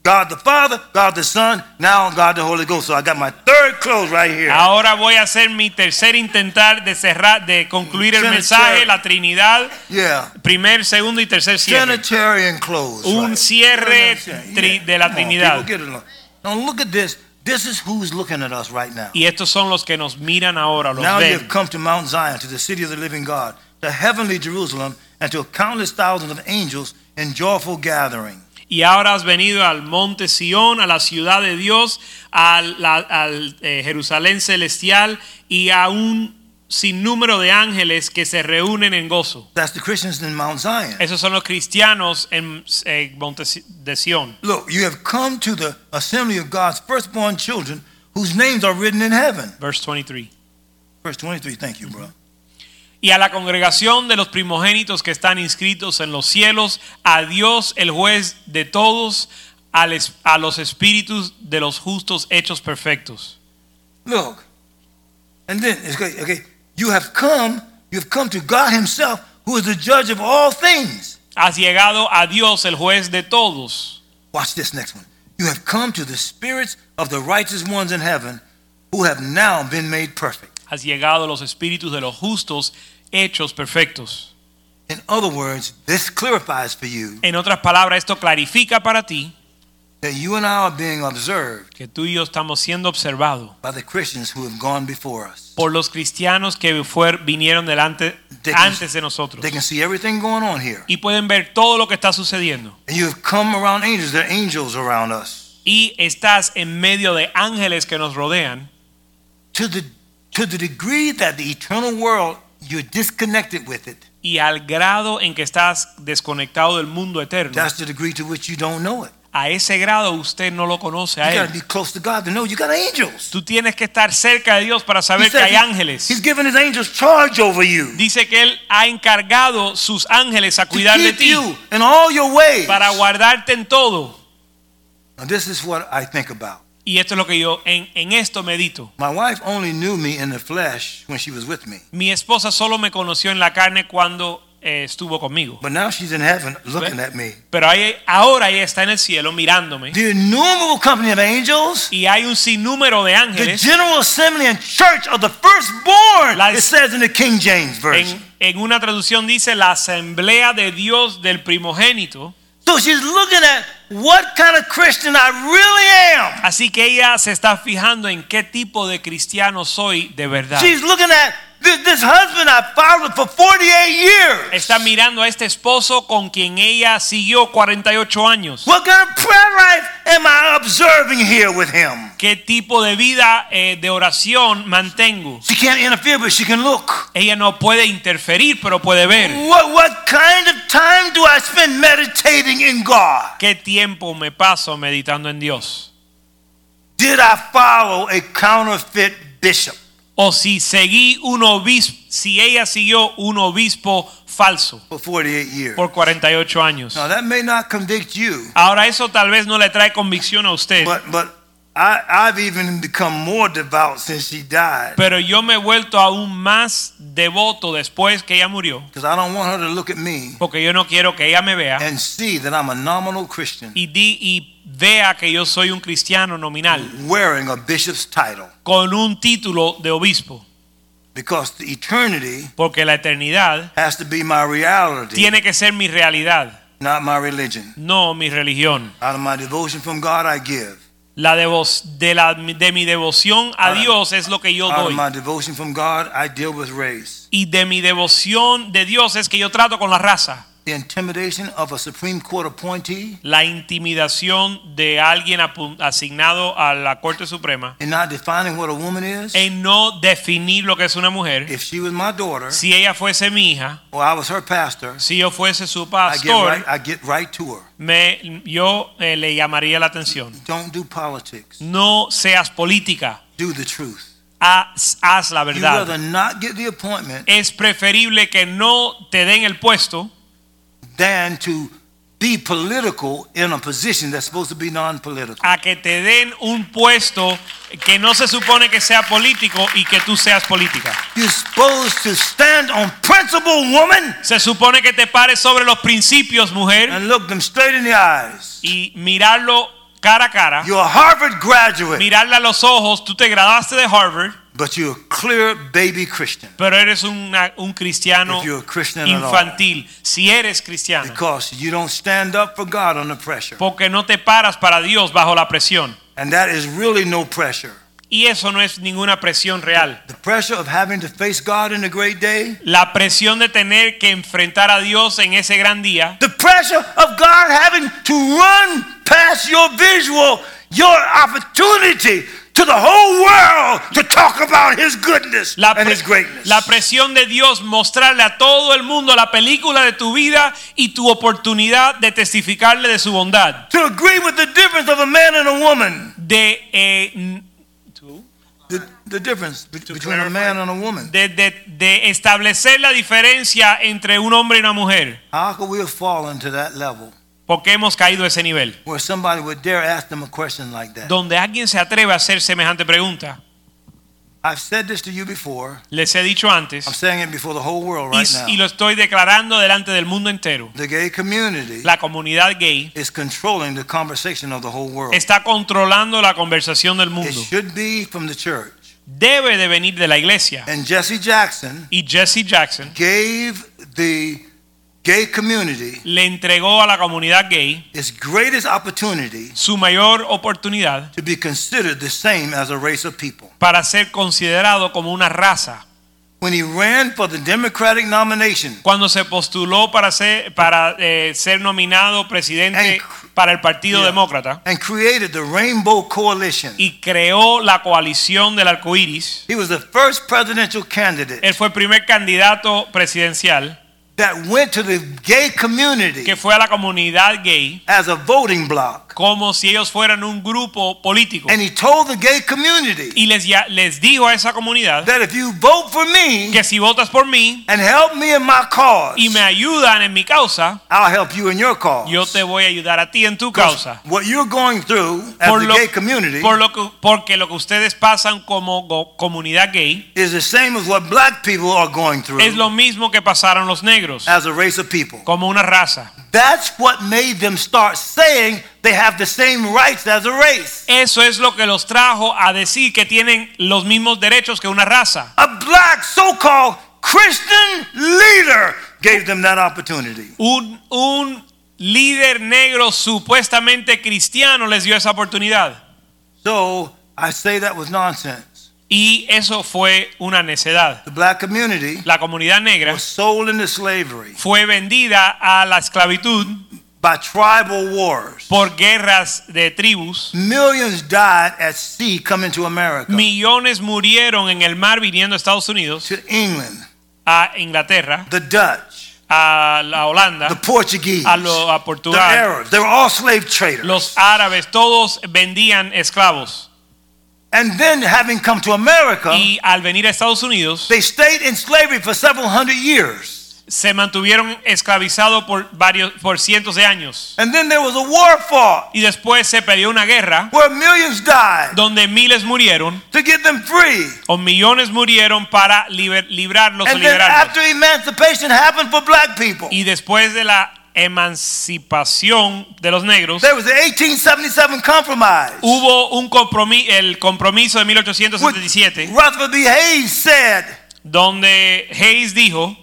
[SPEAKER 2] God the Father, God the Son, now God the Holy Ghost. So I got my third close right here.
[SPEAKER 3] Ahora voy a hacer mi tercer intentar de cerrar, de concluir el
[SPEAKER 2] Trinitarian.
[SPEAKER 3] mensaje, la Trinidad,
[SPEAKER 2] yeah.
[SPEAKER 3] primer, segundo y tercer cierre.
[SPEAKER 2] Trinitarian close.
[SPEAKER 3] Un
[SPEAKER 2] right.
[SPEAKER 3] cierre
[SPEAKER 2] Trinitarian,
[SPEAKER 3] tri- de la
[SPEAKER 2] Come on,
[SPEAKER 3] Trinidad.
[SPEAKER 2] people, get it along. Now look at this. This is who's looking at us right now.
[SPEAKER 3] Y estos son los que nos miran ahora, los
[SPEAKER 2] Now you have
[SPEAKER 3] ven.
[SPEAKER 2] come to Mount Zion, to the city of the living God, to heavenly Jerusalem, and to countless thousands of angels in joyful gathering.
[SPEAKER 3] Y ahora has venido al monte Sión, a la ciudad de Dios, a la- al eh, Jerusalén celestial y a un sinnúmero de ángeles que se reúnen en gozo.
[SPEAKER 2] That's the Christians in Mount Zion.
[SPEAKER 3] Esos son los cristianos en, en Monte Si- de Sión.
[SPEAKER 2] Look, you have come to the assembly of God's firstborn children whose names are written in heaven.
[SPEAKER 3] Verse 23.
[SPEAKER 2] Verse 23, thank you, bro.
[SPEAKER 3] Y a la congregación de los primogénitos que están inscritos en los cielos, a Dios el juez de todos, al es- a los espíritus de los justos hechos perfectos.
[SPEAKER 2] Look. And then, it's okay, okay, you have come, you've come to God Himself, who is the judge of all things.
[SPEAKER 3] Has llegado a Dios el juez de todos.
[SPEAKER 2] Watch this next one. You have come to the spirits of the righteous ones in heaven who have now been made perfect.
[SPEAKER 3] Has llegado a los espíritus de los justos hechos perfectos.
[SPEAKER 2] In other words, this clarifies for you
[SPEAKER 3] En otras palabras, esto clarifica para ti
[SPEAKER 2] that you and I are being observed
[SPEAKER 3] que tú y yo estamos siendo observados
[SPEAKER 2] by the Christians who have gone before us.
[SPEAKER 3] por los cristianos que fuer- vinieron delante
[SPEAKER 2] They can-
[SPEAKER 3] antes de nosotros.
[SPEAKER 2] They can see everything going on here.
[SPEAKER 3] y pueden ver todo lo que está sucediendo.
[SPEAKER 2] And you have come around angels. There are angels around us.
[SPEAKER 3] Y estás en medio de ángeles que nos rodean
[SPEAKER 2] To the, to the degree that the eternal world you're disconnected with it.
[SPEAKER 3] y al grado en que estás desconectado del mundo eterno,
[SPEAKER 2] That's the degree to which you don't know it.
[SPEAKER 3] a ese grado usted no lo conoce a
[SPEAKER 2] You got to
[SPEAKER 3] él.
[SPEAKER 2] be close to God to know you got angels.
[SPEAKER 3] Tú tienes que estar cerca de Dios para
[SPEAKER 2] He
[SPEAKER 3] saber que
[SPEAKER 2] said
[SPEAKER 3] hay
[SPEAKER 2] he- He's
[SPEAKER 3] ángeles.
[SPEAKER 2] given his angels charge over you.
[SPEAKER 3] Dice que él ha encargado sus ángeles a
[SPEAKER 2] To
[SPEAKER 3] cuidar de
[SPEAKER 2] keep
[SPEAKER 3] ti
[SPEAKER 2] you in all your ways.
[SPEAKER 3] para guardarte en todo.
[SPEAKER 2] Now, this is what I think about.
[SPEAKER 3] Y esto es lo que yo en, en esto medito.
[SPEAKER 2] My wife only knew me in the flesh when she was with me.
[SPEAKER 3] Mi esposa solo me conoció en la carne cuando eh, estuvo conmigo.
[SPEAKER 2] But now she's in heaven looking at me.
[SPEAKER 3] Pero ahí- ahora ella está en el cielo mirándome.
[SPEAKER 2] The innumerable company of angels,
[SPEAKER 3] Y hay un sinnúmero de
[SPEAKER 2] the
[SPEAKER 3] ángeles
[SPEAKER 2] general assembly and church of the firstborn,
[SPEAKER 3] Las-
[SPEAKER 2] it says in the King James Version.
[SPEAKER 3] En, en una traducción dice la asamblea de Dios del primogénito.
[SPEAKER 2] So she's looking at what kind of Christian I really am.
[SPEAKER 3] Así que ella se está fijando en qué tipo de cristiano soy de verdad.
[SPEAKER 2] She's looking at thi- this husband I followed for 48 years.
[SPEAKER 3] Está mirando a este esposo con quien ella siguió 48 años.
[SPEAKER 2] What kind of prayer life am I observing here with him?
[SPEAKER 3] ¿Qué tipo de vida eh, de oración mantengo?
[SPEAKER 2] She can't interfere, but she can look.
[SPEAKER 3] Ella no puede interferir, pero puede ver.
[SPEAKER 2] What, what kind of time do I spend meditating in God?
[SPEAKER 3] ¿Qué tiempo me paso meditando en Dios?
[SPEAKER 2] Did I follow a counterfeit bishop?
[SPEAKER 3] O si seguí un obispo, si ella siguió un obispo falso
[SPEAKER 2] for 48 years.
[SPEAKER 3] por 48 años.
[SPEAKER 2] Now that may not convict you,
[SPEAKER 3] Ahora eso tal vez no le trae convicción a usted,
[SPEAKER 2] but but I, I've even become more devout since she died
[SPEAKER 3] pero yo me he vuelto aún más devoto después que ella murió,
[SPEAKER 2] because I don't want her to look at me
[SPEAKER 3] porque yo no quiero que ella me vea
[SPEAKER 2] and see that I'm a nominal Christian
[SPEAKER 3] y, di- y vea que yo soy un cristiano nominal
[SPEAKER 2] wearing a bishop's title
[SPEAKER 3] con un título de obispo,
[SPEAKER 2] because the eternity
[SPEAKER 3] porque la eternidad
[SPEAKER 2] has to be my reality,
[SPEAKER 3] tiene que ser mi realidad,
[SPEAKER 2] not my religion.
[SPEAKER 3] no mi religión.
[SPEAKER 2] Out of my devotion from God, I give.
[SPEAKER 3] La devo- de, la- de mi devoción a
[SPEAKER 2] Ahora-
[SPEAKER 3] Dios es lo que yo
[SPEAKER 2] Out of
[SPEAKER 3] doy.
[SPEAKER 2] my devotion from God, I deal with race.
[SPEAKER 3] Y de mi devoción de Dios es que yo trato con la raza.
[SPEAKER 2] The intimidation of a Supreme Court appointee
[SPEAKER 3] La intimidación de alguien apu- asignado a la Corte Suprema
[SPEAKER 2] and not defining what a woman is.
[SPEAKER 3] en no definir lo que es una mujer.
[SPEAKER 2] If she was my daughter
[SPEAKER 3] Si ella fuese mi hija,
[SPEAKER 2] or I was her pastor,
[SPEAKER 3] si yo fuese su
[SPEAKER 2] I get right,
[SPEAKER 3] pastor,
[SPEAKER 2] I get right to her.
[SPEAKER 3] me, yo eh, le llamaría la atención.
[SPEAKER 2] Don't do politics.
[SPEAKER 3] No seas política,
[SPEAKER 2] Do the truth.
[SPEAKER 3] haz, haz la
[SPEAKER 2] You'd
[SPEAKER 3] verdad.
[SPEAKER 2] rather not get the appointment
[SPEAKER 3] Es preferible que no te den el puesto
[SPEAKER 2] than to be political in a position that's supposed to be non-political.
[SPEAKER 3] a que te den un puesto que no se supone que sea político y que tú seas política.
[SPEAKER 2] You're supposed to stand on principle, woman,
[SPEAKER 3] Se supone que te pares sobre los principios, mujer,
[SPEAKER 2] and look them straight in the eyes.
[SPEAKER 3] y mirarlo cara a cara,
[SPEAKER 2] You're a Harvard graduate,
[SPEAKER 3] mirarle a los ojos. Tú te graduaste de Harvard,
[SPEAKER 2] but you're a clear baby Christian
[SPEAKER 3] pero eres una- un cristiano
[SPEAKER 2] if you're a Christian at all.
[SPEAKER 3] infantil, si eres cristiano,
[SPEAKER 2] Because you don't stand up for God under pressure.
[SPEAKER 3] porque no te paras para Dios bajo la presión.
[SPEAKER 2] And that is really no pressure.
[SPEAKER 3] Y eso no es ninguna presión real.
[SPEAKER 2] The pressure of having to face God in the great day
[SPEAKER 3] La presión de tener que enfrentar a Dios en ese gran día
[SPEAKER 2] The pressure of God having to run past your visual, your opportunity to the whole world to talk about His goodness
[SPEAKER 3] La,
[SPEAKER 2] and
[SPEAKER 3] pre-
[SPEAKER 2] His greatness.
[SPEAKER 3] la presión de Dios mostrarle a todo el mundo la película de tu vida y tu oportunidad de testificarle de su bondad.
[SPEAKER 2] to agree with the difference of a man and a woman.
[SPEAKER 3] De, eh, n-
[SPEAKER 2] The, the difference be- between
[SPEAKER 3] clarify.
[SPEAKER 2] a man and a woman.
[SPEAKER 3] de- de- de establecer la diferencia entre un hombre y una mujer.
[SPEAKER 2] How could we have fallen to that level
[SPEAKER 3] Porque hemos caído a ese nivel.
[SPEAKER 2] where somebody would dare ask them a question like that?
[SPEAKER 3] Donde alguien se atreve a hacer semejante pregunta.
[SPEAKER 2] I've said this to you before.
[SPEAKER 3] Les he dicho antes
[SPEAKER 2] I'm saying it before the whole world
[SPEAKER 3] y,
[SPEAKER 2] right
[SPEAKER 3] s- y
[SPEAKER 2] now.
[SPEAKER 3] lo estoy declarando delante del mundo entero.
[SPEAKER 2] The gay community
[SPEAKER 3] La comunidad gay
[SPEAKER 2] is controlling the conversation of the whole world.
[SPEAKER 3] está controlando la conversación del
[SPEAKER 2] It
[SPEAKER 3] mundo.
[SPEAKER 2] should be from the church.
[SPEAKER 3] Debe de venir de la iglesia.
[SPEAKER 2] And Jesse Jackson
[SPEAKER 3] Y Jesse Jackson
[SPEAKER 2] gave the gay community
[SPEAKER 3] le entregó a la comunidad gay
[SPEAKER 2] its greatest opportunity
[SPEAKER 3] su mayor oportunidad
[SPEAKER 2] to be considered the same as a race of people.
[SPEAKER 3] para ser considerado como una raza.
[SPEAKER 2] when he ran for the Democratic nomination.
[SPEAKER 3] Cuando se postuló para ser, para, eh, ser nominado presidente
[SPEAKER 2] And-
[SPEAKER 3] para el Partido
[SPEAKER 2] Yeah.
[SPEAKER 3] Demócrata
[SPEAKER 2] and created the Rainbow Coalition.
[SPEAKER 3] y creó la coalición del arco iris,
[SPEAKER 2] He was the first presidential candidate
[SPEAKER 3] él fue el primer candidato presidencial
[SPEAKER 2] that went to the gay community
[SPEAKER 3] que fue a la comunidad gay
[SPEAKER 2] as a voting bloc.
[SPEAKER 3] como si ellos fueran un grupo político.
[SPEAKER 2] And he told the gay community
[SPEAKER 3] Y les, ya- les dijo a esa comunidad
[SPEAKER 2] that if you vote for me
[SPEAKER 3] que si votas por mí
[SPEAKER 2] and help me in my cause,
[SPEAKER 3] y me ayudan en mi causa,
[SPEAKER 2] I'll help you in your cause.
[SPEAKER 3] yo te voy a ayudar a ti en tu causa.
[SPEAKER 2] What you're going through as
[SPEAKER 3] Por
[SPEAKER 2] the
[SPEAKER 3] lo-
[SPEAKER 2] gay community
[SPEAKER 3] por lo que- porque lo que ustedes pasan como go- comunidad gay
[SPEAKER 2] is the same as what black people are going through
[SPEAKER 3] es lo mismo que pasaron los negros,
[SPEAKER 2] as a race of people.
[SPEAKER 3] como una raza.
[SPEAKER 2] That's what made them start saying they have the same rights as a race.
[SPEAKER 3] Eso es lo que los trajo a decir que tienen los mismos derechos que una raza.
[SPEAKER 2] A black so-called Christian leader gave them that opportunity.
[SPEAKER 3] Un, un líder negro supuestamente cristiano les dio esa oportunidad.
[SPEAKER 2] So I say that was nonsense.
[SPEAKER 3] Y eso fue una necedad.
[SPEAKER 2] The black community
[SPEAKER 3] La comunidad negra
[SPEAKER 2] was sold into slavery
[SPEAKER 3] fue vendida a la esclavitud
[SPEAKER 2] by tribal wars.
[SPEAKER 3] por guerras de tribus.
[SPEAKER 2] Millions died at sea coming to America,
[SPEAKER 3] Millones murieron en el mar viniendo a Estados Unidos,
[SPEAKER 2] to England,
[SPEAKER 3] a Inglaterra,
[SPEAKER 2] the Dutch,
[SPEAKER 3] a la
[SPEAKER 2] the
[SPEAKER 3] Holanda,
[SPEAKER 2] Portuguese,
[SPEAKER 3] a, lo- a
[SPEAKER 2] the
[SPEAKER 3] Portugal.
[SPEAKER 2] Arabs. They were all slave traders.
[SPEAKER 3] Los árabes, todos vendían esclavos.
[SPEAKER 2] and then, having come to America,
[SPEAKER 3] Y al venir a Estados Unidos,
[SPEAKER 2] they stayed in slavery for several hundred years.
[SPEAKER 3] se mantuvieron esclavizados por varios, por cientos de años.
[SPEAKER 2] And then there was a war fought
[SPEAKER 3] Y después se peleó una guerra
[SPEAKER 2] where millions died
[SPEAKER 3] donde miles murieron
[SPEAKER 2] to get them free.
[SPEAKER 3] o millones murieron para liber- librarlos o
[SPEAKER 2] And then,
[SPEAKER 3] liberarlos.
[SPEAKER 2] after emancipation happened for black people,
[SPEAKER 3] Y después de la emancipación de los negros,
[SPEAKER 2] There was the 1877 compromise.
[SPEAKER 3] hubo un compromi- el compromiso de
[SPEAKER 2] Which
[SPEAKER 3] 1877,
[SPEAKER 2] Rutherford B. Hayes said,
[SPEAKER 3] donde Hayes dijo,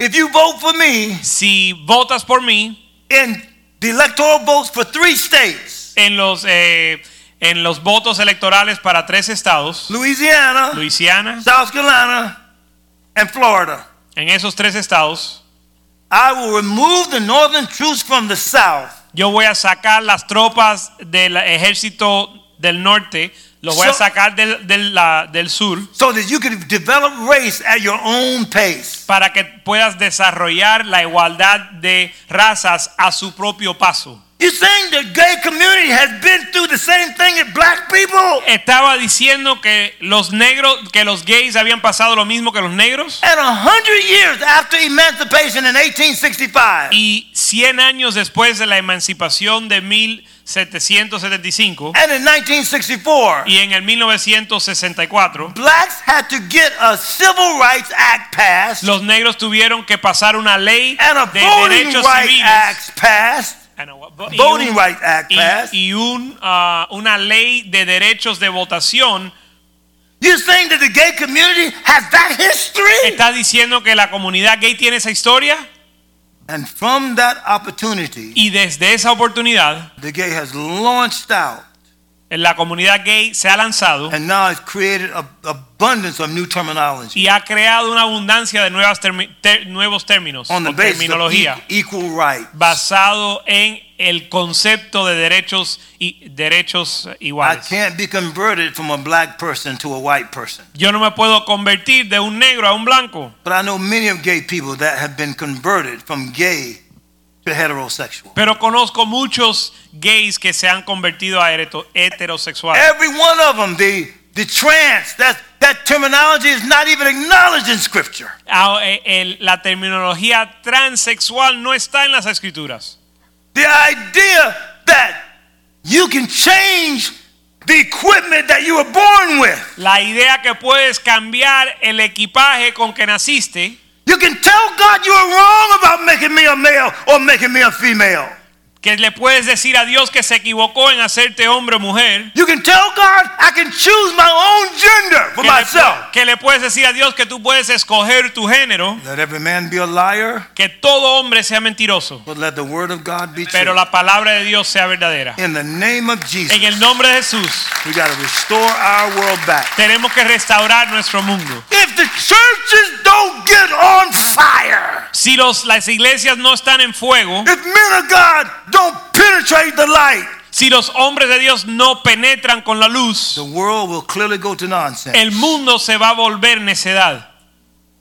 [SPEAKER 2] if you vote for me
[SPEAKER 3] si votas por mí
[SPEAKER 2] in the electoral votes for three states,
[SPEAKER 3] en los, eh, en los votos electorales para tres estados,
[SPEAKER 2] Louisiana,
[SPEAKER 3] Luisiana,
[SPEAKER 2] South Carolina, and Florida,
[SPEAKER 3] en esos tres estados,
[SPEAKER 2] I will remove the northern troops from the south
[SPEAKER 3] yo voy a sacar las tropas del ejército del norte, los voy a
[SPEAKER 2] So-
[SPEAKER 3] sacar del, del- la- del sur,
[SPEAKER 2] so that you can develop race at your own pace.
[SPEAKER 3] para que puedas desarrollar la igualdad de razas a su propio paso.
[SPEAKER 2] You're saying the gay community has been through the same thing as black people?
[SPEAKER 3] Estaba diciendo que los negros, que los gays habían pasado lo mismo que los negros.
[SPEAKER 2] And a hundred years after emancipation in 1865,
[SPEAKER 3] Y 100 años después de la emancipación de 1775
[SPEAKER 2] and in 1964,
[SPEAKER 3] y en el 1964,
[SPEAKER 2] Blacks had to get a Civil Rights Act passed
[SPEAKER 3] los negros tuvieron que pasar una ley
[SPEAKER 2] and a
[SPEAKER 3] de
[SPEAKER 2] Voting
[SPEAKER 3] derechos
[SPEAKER 2] Rights
[SPEAKER 3] civiles.
[SPEAKER 2] Act passed.
[SPEAKER 3] Ah, no, vo- y
[SPEAKER 2] Voting
[SPEAKER 3] un-
[SPEAKER 2] Rights Act
[SPEAKER 3] y-
[SPEAKER 2] passed.
[SPEAKER 3] y un, ah, una ley de derechos de votación
[SPEAKER 2] You're saying that the gay community has that history?
[SPEAKER 3] ¿Estás diciendo que la comunidad gay tiene esa historia?
[SPEAKER 2] And from that opportunity,
[SPEAKER 3] Y desde esa oportunidad,
[SPEAKER 2] the gay has launched out
[SPEAKER 3] la comunidad gay se ha lanzado
[SPEAKER 2] and now has created an abundance of new terminology
[SPEAKER 3] y ha creado una abundancia de nuevas termi- ter- nuevos términos
[SPEAKER 2] on the
[SPEAKER 3] o
[SPEAKER 2] basis of e-
[SPEAKER 3] terminología
[SPEAKER 2] equal rights.
[SPEAKER 3] basado en el concepto de derechos y derechos
[SPEAKER 2] I
[SPEAKER 3] iguales.
[SPEAKER 2] can't be converted from a black person to a white person.
[SPEAKER 3] Yo no me puedo convertir de un negro a un blanco,
[SPEAKER 2] But I know many of gay people that have been converted from gay to heterosexual.
[SPEAKER 3] pero conozco muchos gays que se han convertido a hereto- heterosexuales.
[SPEAKER 2] Every one of them, the, the trance, that, that terminology is not even acknowledged in Scripture.
[SPEAKER 3] Ah, eh, el- la terminología transexual no está en las escrituras.
[SPEAKER 2] The idea that you can change the equipment that you were born with,
[SPEAKER 3] La idea que puedes cambiar el equipaje con que naciste,
[SPEAKER 2] you can tell God you were wrong about making me a male or making me a female.
[SPEAKER 3] que le puedes decir a Dios que se equivocó en hacerte hombre o mujer.
[SPEAKER 2] You can tell God, I can choose my own gender for
[SPEAKER 3] Que le, pu-
[SPEAKER 2] myself.
[SPEAKER 3] que le puedes decir a Dios que tú puedes escoger tu género,
[SPEAKER 2] Let every man be a liar,
[SPEAKER 3] que todo hombre sea mentiroso,
[SPEAKER 2] but let the word of God be
[SPEAKER 3] pero
[SPEAKER 2] true.
[SPEAKER 3] la palabra de Dios sea verdadera.
[SPEAKER 2] In the name of Jesus,
[SPEAKER 3] En el nombre de Jesús,
[SPEAKER 2] we got to restore our world back.
[SPEAKER 3] tenemos que restaurar nuestro mundo.
[SPEAKER 2] If the churches don't get on fire,
[SPEAKER 3] Si los, las iglesias no están en fuego,
[SPEAKER 2] if men of God don't penetrate the light,
[SPEAKER 3] si los hombres de Dios no penetran con la luz,
[SPEAKER 2] the world will clearly go to nonsense.
[SPEAKER 3] el mundo se va a volver necedad.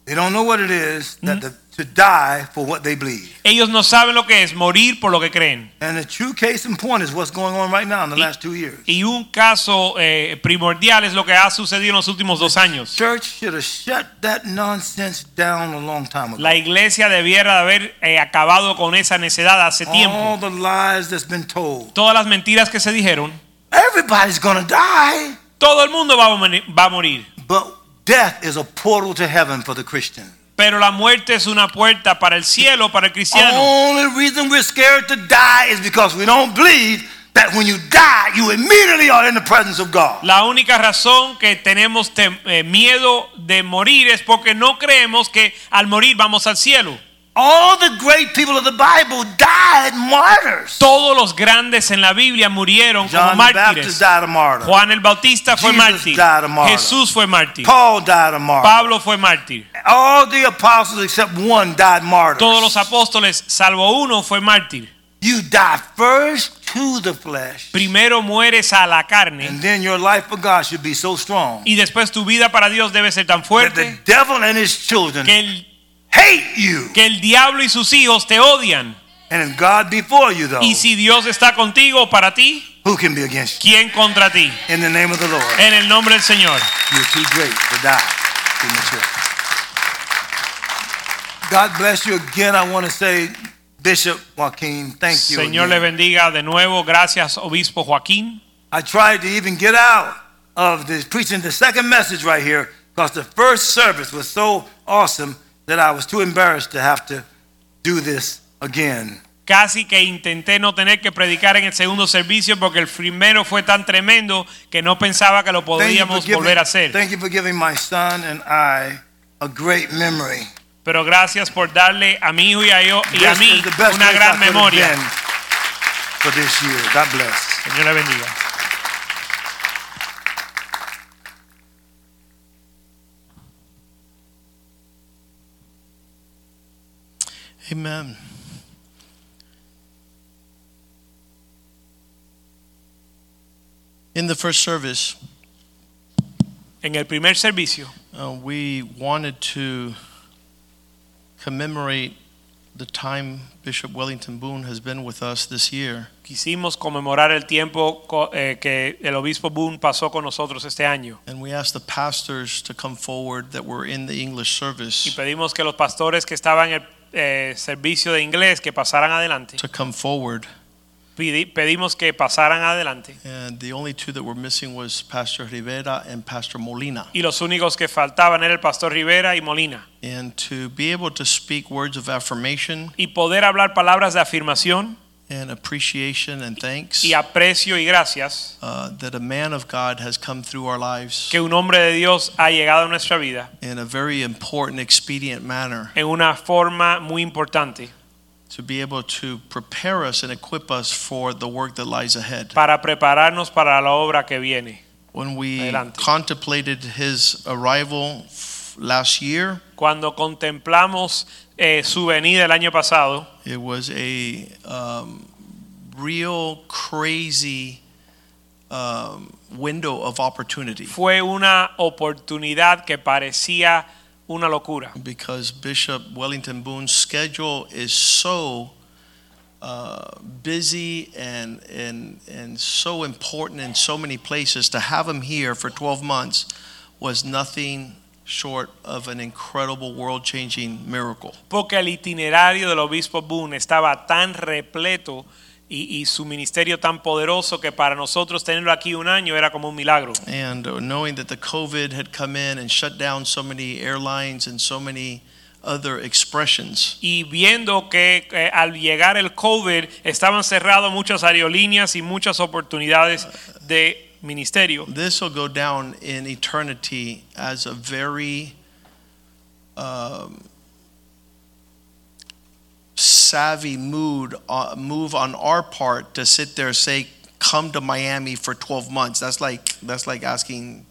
[SPEAKER 2] They don't know what it is that the, to die for what they believe.
[SPEAKER 3] Ellos no saben lo que es morir por lo que creen.
[SPEAKER 2] And the true case in point is what's going on right now in the last two years.
[SPEAKER 3] Y un caso eh, primordial es lo que ha sucedido en los últimos dos años.
[SPEAKER 2] Church should have shut that nonsense down a long time ago.
[SPEAKER 3] La iglesia debiera de haber eh, acabado con esa necedad hace
[SPEAKER 2] All
[SPEAKER 3] tiempo.
[SPEAKER 2] the lies that's been told.
[SPEAKER 3] Todas las mentiras que se dijeron,
[SPEAKER 2] Everybody's gonna die,
[SPEAKER 3] todo el mundo va a moni- va a morir.
[SPEAKER 2] but death is a portal to heaven for the Christian.
[SPEAKER 3] Pero la muerte es una puerta para el cielo, para el cristiano.
[SPEAKER 2] Only reason we're scared to die is because we don't believe that when you die, you immediately are in the presence of God.
[SPEAKER 3] La única razón que tenemos tem- eh, miedo de morir es porque no creemos que al morir vamos al cielo.
[SPEAKER 2] All the great people of the Bible died martyrs.
[SPEAKER 3] Todos los grandes en la Biblia murieron como
[SPEAKER 2] John the Baptist
[SPEAKER 3] mártires.
[SPEAKER 2] died a martyr.
[SPEAKER 3] Juan el Bautista fue
[SPEAKER 2] Jesus
[SPEAKER 3] mártir.
[SPEAKER 2] died a martyr.
[SPEAKER 3] Jesús fue mártir.
[SPEAKER 2] Paul died a martyr.
[SPEAKER 3] Pablo fue mártir.
[SPEAKER 2] All the apostles except one died martyrs.
[SPEAKER 3] Todos los apóstoles, salvo uno, fue mártir.
[SPEAKER 2] you die first to the flesh,
[SPEAKER 3] Primero mueres a la carne
[SPEAKER 2] and then your life for God should be so strong
[SPEAKER 3] y después tu vida para Dios debe ser tan
[SPEAKER 2] that the
[SPEAKER 3] fuerte
[SPEAKER 2] devil and his children
[SPEAKER 3] que el,
[SPEAKER 2] hate you.
[SPEAKER 3] que el diablo y sus hijos te odian.
[SPEAKER 2] And if God be for you, though,
[SPEAKER 3] Y si Dios está contigo o para ti,
[SPEAKER 2] who can be against
[SPEAKER 3] ¿quién contra ti?
[SPEAKER 2] you? In the name of the Lord,
[SPEAKER 3] En el nombre del Señor.
[SPEAKER 2] you're too great to die prematurely. God bless you again. I want to say, Bishop Joaquin, thank you.
[SPEAKER 3] Señor le
[SPEAKER 2] again.
[SPEAKER 3] bendiga de nuevo. Gracias, Obispo Joaquín.
[SPEAKER 2] I tried to even get out of this preaching the second message right here because the first service was so awesome that I was too embarrassed to have to do this again.
[SPEAKER 3] Casi que intenté no tener que predicar en el segundo servicio porque el primero fue tan tremendo que no pensaba que lo podíamos volver a hacer.
[SPEAKER 2] thank you for giving my son and I a great memory.
[SPEAKER 3] Pero gracias por darle a mi hijo y a, yo, y a
[SPEAKER 2] This
[SPEAKER 3] mí
[SPEAKER 2] is the best
[SPEAKER 3] una
[SPEAKER 2] place I
[SPEAKER 3] gran
[SPEAKER 2] could have
[SPEAKER 3] memoria.
[SPEAKER 2] been for this year. God bless.
[SPEAKER 3] Señor le bendiga.
[SPEAKER 4] Amen. In the first service,
[SPEAKER 3] En el primer servicio
[SPEAKER 4] uh, we wanted to commemorate the time Bishop Wellington Boone has been with us this year.
[SPEAKER 3] quisimos conmemorar el tiempo co- eh, que el obispo Boone pasó con nosotros este año.
[SPEAKER 4] And we asked the pastors to come forward that were in the English
[SPEAKER 3] Y
[SPEAKER 4] service
[SPEAKER 3] pedimos que los pastores que estaban en el eh, servicio de inglés que pasaran adelante.
[SPEAKER 4] to come forward.
[SPEAKER 3] Pidi- pedimos que pasaran adelante.
[SPEAKER 4] And the only two that were missing was Pastor Rivera and Pastor Molina.
[SPEAKER 3] Y los únicos que faltaban eran el pastor Rivera y Molina.
[SPEAKER 4] And to be able to speak words of affirmation
[SPEAKER 3] Y poder hablar palabras de afirmación
[SPEAKER 4] and appreciation and thanks.
[SPEAKER 3] y aprecio y gracias
[SPEAKER 4] uh, that a man of God has come through our lives
[SPEAKER 3] que un hombre de Dios ha llegado a nuestra vida
[SPEAKER 4] in a very important, expedient manner
[SPEAKER 3] en una forma muy importante
[SPEAKER 4] to be able to prepare us and equip us for the work that lies ahead.
[SPEAKER 3] para prepararnos para la obra que viene.
[SPEAKER 4] When we
[SPEAKER 3] Adelante.
[SPEAKER 4] contemplated his arrival f- last year,
[SPEAKER 3] Cuando contemplamos eh, su venida el año pasado,
[SPEAKER 4] it was a um, real crazy um, window of opportunity
[SPEAKER 3] fue una oportunidad que parecía una locura.
[SPEAKER 4] because Bishop Wellington Boone's schedule is so uh, busy and, and, and so important in so many places. To have him here for 12 months was nothing short of an incredible, world changing miracle.
[SPEAKER 3] porque el itinerario del obispo Boone estaba tan repleto y, y su ministerio tan poderoso que para nosotros tenerlo aquí un año era como un milagro.
[SPEAKER 4] uh, And knowing that the COVID had come in and shut down so many airlines and so many other expressions.
[SPEAKER 3] Y viendo que eh, al llegar el COVID estaban cerradas muchas aerolíneas y muchas oportunidades de ministerio.
[SPEAKER 4] This will go down in eternity as a very um, savvy mood uh, move on our part to sit there and say, "Come to Miami for 12 months." That's like that's like asking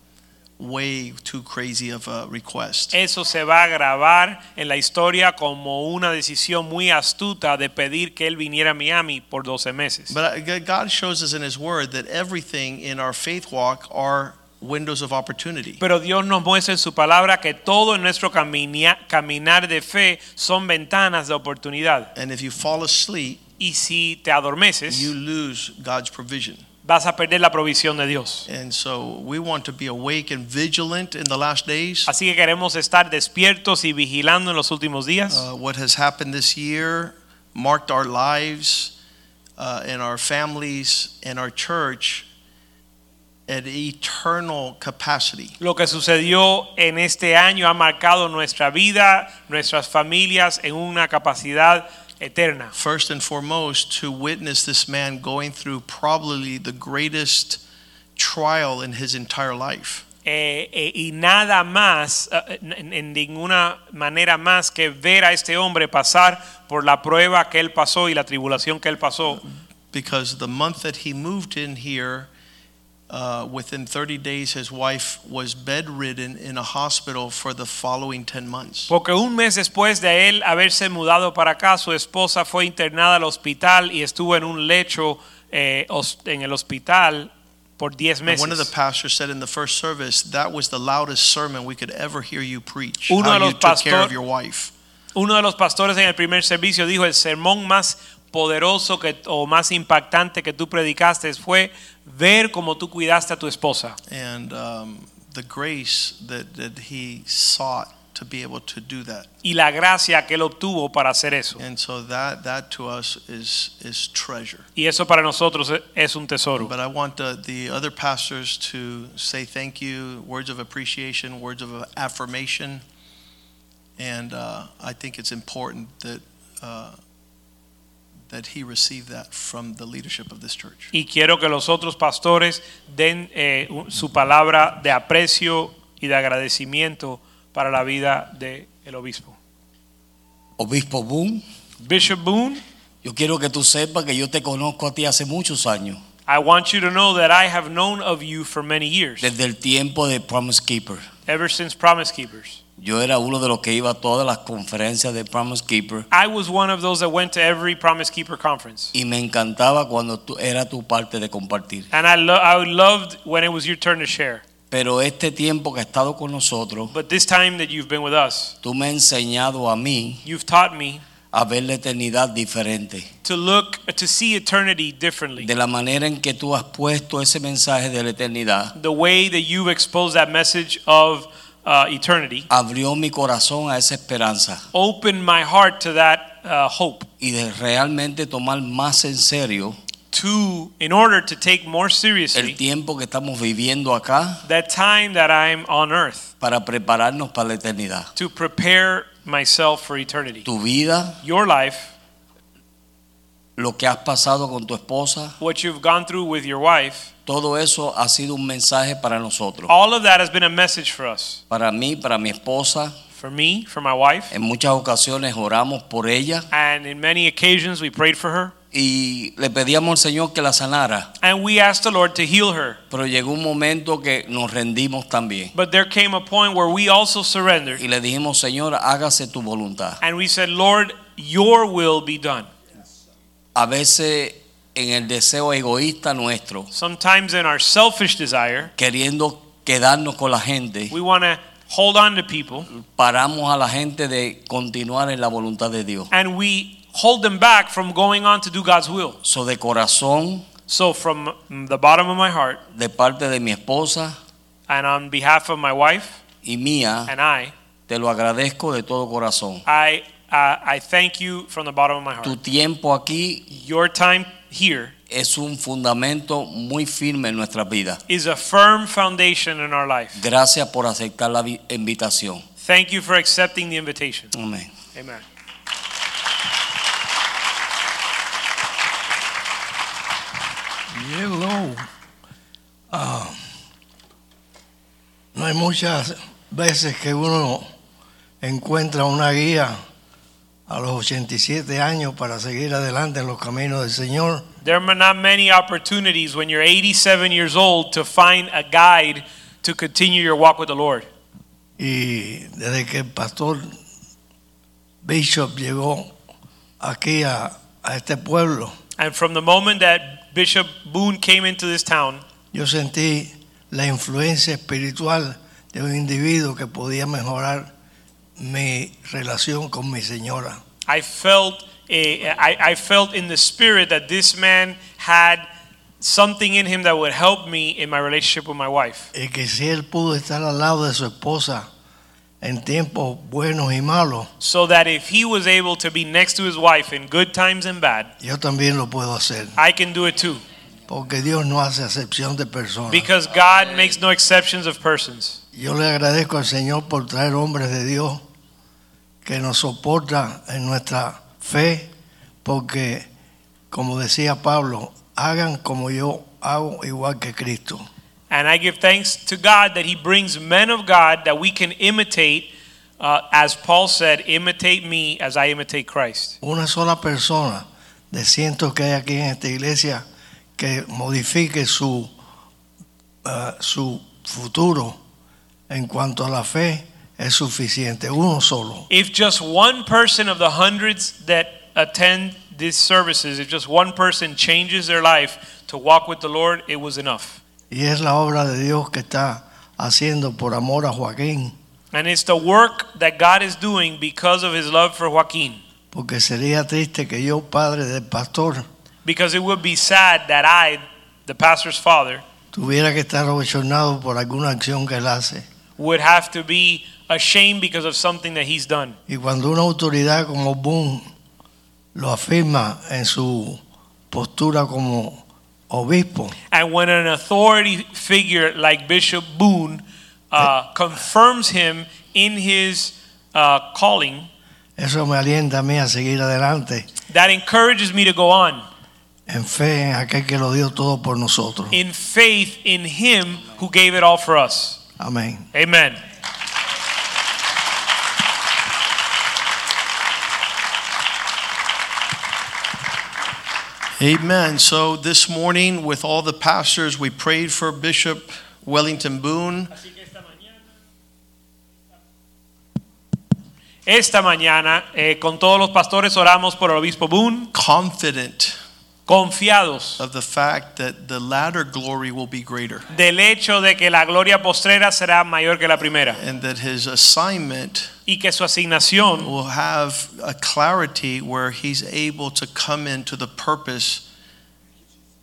[SPEAKER 4] way too crazy of a request.
[SPEAKER 3] Eso se va a grabar en la historia como una decisión muy astuta de pedir que él viniera a Miami por 12 meses.
[SPEAKER 4] But I- G- God shows us in His Word that everything in our faith walk are windows of opportunity.
[SPEAKER 3] Pero Dios nos muestra en su palabra que todo en nuestro caminia- caminar de fe son ventanas de oportunidad.
[SPEAKER 4] And if you fall asleep,
[SPEAKER 3] Y si te adormeces,
[SPEAKER 4] you lose God's provision.
[SPEAKER 3] vas a perder la provisión de Dios.
[SPEAKER 4] And so we want to be awake and vigilant in the last days.
[SPEAKER 3] Así que queremos estar despiertos y vigilando en los últimos días.
[SPEAKER 4] Uh, what has happened this year marked our lives uh, and our families and our church at eternal capacity.
[SPEAKER 3] Lo que sucedió en este año ha marcado nuestra vida, nuestras familias en una capacidad eterna.
[SPEAKER 4] First and foremost, to witness this man going through probably the greatest trial in his entire life.
[SPEAKER 3] Eh, eh, y nada más, eh, en, en ninguna manera más que ver a este hombre pasar por la prueba que él pasó y la tribulación que él pasó.
[SPEAKER 4] Because the month that he moved in here, uh, within 30 days, his wife was bedridden in a hospital for the following 10 months.
[SPEAKER 3] Porque un mes después de él haberse mudado para acá, su esposa fue internada al hospital y estuvo en un lecho eh, hos- en el hospital por 10
[SPEAKER 4] And one of the
[SPEAKER 3] meses.
[SPEAKER 4] pastors said in the first service, that was the loudest sermon we could ever hear you preach.
[SPEAKER 3] Uno
[SPEAKER 4] how
[SPEAKER 3] de
[SPEAKER 4] you
[SPEAKER 3] los
[SPEAKER 4] took care of
[SPEAKER 3] pastor-
[SPEAKER 4] your wife.
[SPEAKER 3] Uno de los pastores en el primer servicio dijo, el sermón más poderoso que, o más impactante que tú predicaste fue ver cómo tú cuidaste a tu esposa.
[SPEAKER 4] And um, the grace that, that he sought to be able to do that.
[SPEAKER 3] y la gracia que él obtuvo para hacer eso.
[SPEAKER 4] And so that, that to us is, is treasure.
[SPEAKER 3] Y eso para nosotros e- es un tesoro.
[SPEAKER 4] But I want the, the other pastors to say thank you, words of appreciation, words of affirmation. And uh, I think it's important that, uh, that he received that from the leadership of this church.
[SPEAKER 3] Y quiero que los otros pastores den eh, u- su palabra de aprecio y de agradecimiento para la vida del obispo.
[SPEAKER 5] Obispo Boone,
[SPEAKER 3] Bishop Boone,
[SPEAKER 5] yo quiero que tú sepas que yo te conozco a ti hace muchos años,
[SPEAKER 3] I want you to know that I have known of you for many years,
[SPEAKER 5] desde el tiempo de Promise Keeper.
[SPEAKER 3] ever since Promise Keepers.
[SPEAKER 5] Yo era uno de los que iba a todas las conferencias de Promise Keeper
[SPEAKER 3] I was one of those that went to every Promise Keeper conference.
[SPEAKER 5] y me encantaba cuando tú- era tu parte de compartir.
[SPEAKER 3] And I, lo- I loved when it was your turn to share.
[SPEAKER 5] Pero este tiempo que has estado con nosotros,
[SPEAKER 3] But this time that you've been with us,
[SPEAKER 5] tú me has enseñado a mí
[SPEAKER 3] you've taught me
[SPEAKER 5] a ver la eternidad diferente.
[SPEAKER 3] to look to see eternity differently.
[SPEAKER 5] De la manera en que tú has puesto ese mensaje de la eternidad,
[SPEAKER 3] The way that you expose that message of uh, eternity
[SPEAKER 5] abrió mi corazón a esa esperanza
[SPEAKER 3] opened my heart to that uh, hope.
[SPEAKER 5] y de realmente tomar más en serio
[SPEAKER 3] To in order to take more
[SPEAKER 5] el
[SPEAKER 3] seriously
[SPEAKER 5] tiempo que estamos viviendo acá
[SPEAKER 3] that time that I'm on earth
[SPEAKER 5] para prepararnos para la eternidad.
[SPEAKER 3] to prepare myself for eternity.
[SPEAKER 5] Tu vida,
[SPEAKER 3] Your life,
[SPEAKER 5] lo que has pasado con tu esposa,
[SPEAKER 3] what you've gone through with your wife,
[SPEAKER 5] todo eso ha sido un mensaje para nosotros.
[SPEAKER 3] all of that has been a message for us.
[SPEAKER 5] Para mí, para mi esposa,
[SPEAKER 3] For me, for my wife,
[SPEAKER 5] en muchas ocasiones oramos por ella
[SPEAKER 3] and in many occasions we prayed for her
[SPEAKER 5] y le pedíamos al Señor que la sanara,
[SPEAKER 3] and we asked the Lord to heal her.
[SPEAKER 5] pero llegó un momento que nos rendimos también
[SPEAKER 3] But there came a point where we also surrendered.
[SPEAKER 5] y le dijimos, Señor, hágase tu voluntad.
[SPEAKER 3] And we said, Lord, your will be done.
[SPEAKER 5] A veces en el deseo egoísta nuestro,
[SPEAKER 3] Sometimes in our selfish desire,
[SPEAKER 5] queriendo quedarnos con la gente,
[SPEAKER 3] we want to hold on to people
[SPEAKER 5] paramos a la gente de continuar en la voluntad de Dios.
[SPEAKER 3] and we hold them back from going on to do God's will.
[SPEAKER 5] So de corazón,
[SPEAKER 3] So, from the bottom of my heart
[SPEAKER 5] de parte de mi esposa
[SPEAKER 3] and on behalf of my wife
[SPEAKER 5] y mía,
[SPEAKER 3] and I,
[SPEAKER 5] te lo agradezco de todo corazón.
[SPEAKER 3] I, uh, I thank you from the bottom of my
[SPEAKER 5] Tu
[SPEAKER 3] heart.
[SPEAKER 5] tiempo aquí
[SPEAKER 3] Your time here
[SPEAKER 5] es un fundamento muy firme en nuestra vida.
[SPEAKER 3] is a firm foundation in our life.
[SPEAKER 5] Gracias por aceptar la vi- invitación.
[SPEAKER 3] Thank you for accepting the invitation.
[SPEAKER 5] Amén.
[SPEAKER 3] Amen.
[SPEAKER 6] Hello. Ah, no hay muchas veces que uno encuentra una guía a los 87 años para seguir adelante en los caminos del Señor.
[SPEAKER 3] There are not many opportunities when you're 87 years old to find a guide to continue your walk with the Lord.
[SPEAKER 6] Y desde que el pastor Bishop llegó aquí a, a este pueblo,
[SPEAKER 3] And from the moment that Bishop Boone came into this town,
[SPEAKER 6] yo sentí la influencia espiritual de un individuo que podía mejorar mi relación con mi señora.
[SPEAKER 3] I felt a, I, I felt in the spirit that this man had something in him that would help me in my relationship with my wife.
[SPEAKER 6] y que si él pudo estar al lado de su esposa en tiempos buenos y malos,
[SPEAKER 3] So that if he was able to be next to his wife in good times and bad,
[SPEAKER 6] yo también lo puedo hacer,
[SPEAKER 3] I can do it too.
[SPEAKER 6] porque Dios no hace acepción de personas.
[SPEAKER 3] Because God makes no exceptions of persons.
[SPEAKER 6] Yo le agradezco al Señor por traer hombres de Dios que nos soportan en nuestra fe, porque como decía Pablo, hagan como yo hago igual que Cristo.
[SPEAKER 3] And I give thanks to God that he brings men of God that we can imitate. Uh, as Paul said, imitate me as I imitate Christ.
[SPEAKER 6] Una sola persona de cientos que hay aquí en esta iglesia que modifique su, eh, su futuro en cuanto a la fe es suficiente, uno solo.
[SPEAKER 3] If just one person of the hundreds that attend these services, if just one person changes their life to walk with the Lord, it was enough.
[SPEAKER 6] Y es la obra de Dios que está haciendo por amor a Joaquín,
[SPEAKER 3] And it's the work that God is doing because of his love for Joaquin.
[SPEAKER 6] porque sería triste que yo, padre del pastor,
[SPEAKER 3] Because it would be sad that I, the pastor's father,
[SPEAKER 6] tuviera que estar abochornado por alguna acción que él hace.
[SPEAKER 3] would have to be ashamed because of something that he's done.
[SPEAKER 6] Y cuando una autoridad como Boone lo afirma en su postura como obispo,
[SPEAKER 3] And when an authority figure like Bishop Boone uh, confirms him in his uh, calling,
[SPEAKER 6] Eso me alienta a mí a seguir adelante
[SPEAKER 3] that encourages me to go on
[SPEAKER 6] en fe en aquel que lo dio todo por nosotros.
[SPEAKER 3] in faith in him who gave it all for us.
[SPEAKER 6] Amén.
[SPEAKER 3] Amen.
[SPEAKER 4] Amen. So this morning, with all the pastors, we prayed for Bishop Wellington Boone.
[SPEAKER 3] Esta mañana, eh, con todos los pastores, oramos por el obispo Boone,
[SPEAKER 4] confident
[SPEAKER 3] confiados
[SPEAKER 4] of the fact that the latter glory will be greater
[SPEAKER 3] del hecho de que la gloria postrera será mayor que la primera
[SPEAKER 4] and that his assignment
[SPEAKER 3] y que su asignación
[SPEAKER 4] will have a clarity where he's able to come into the purpose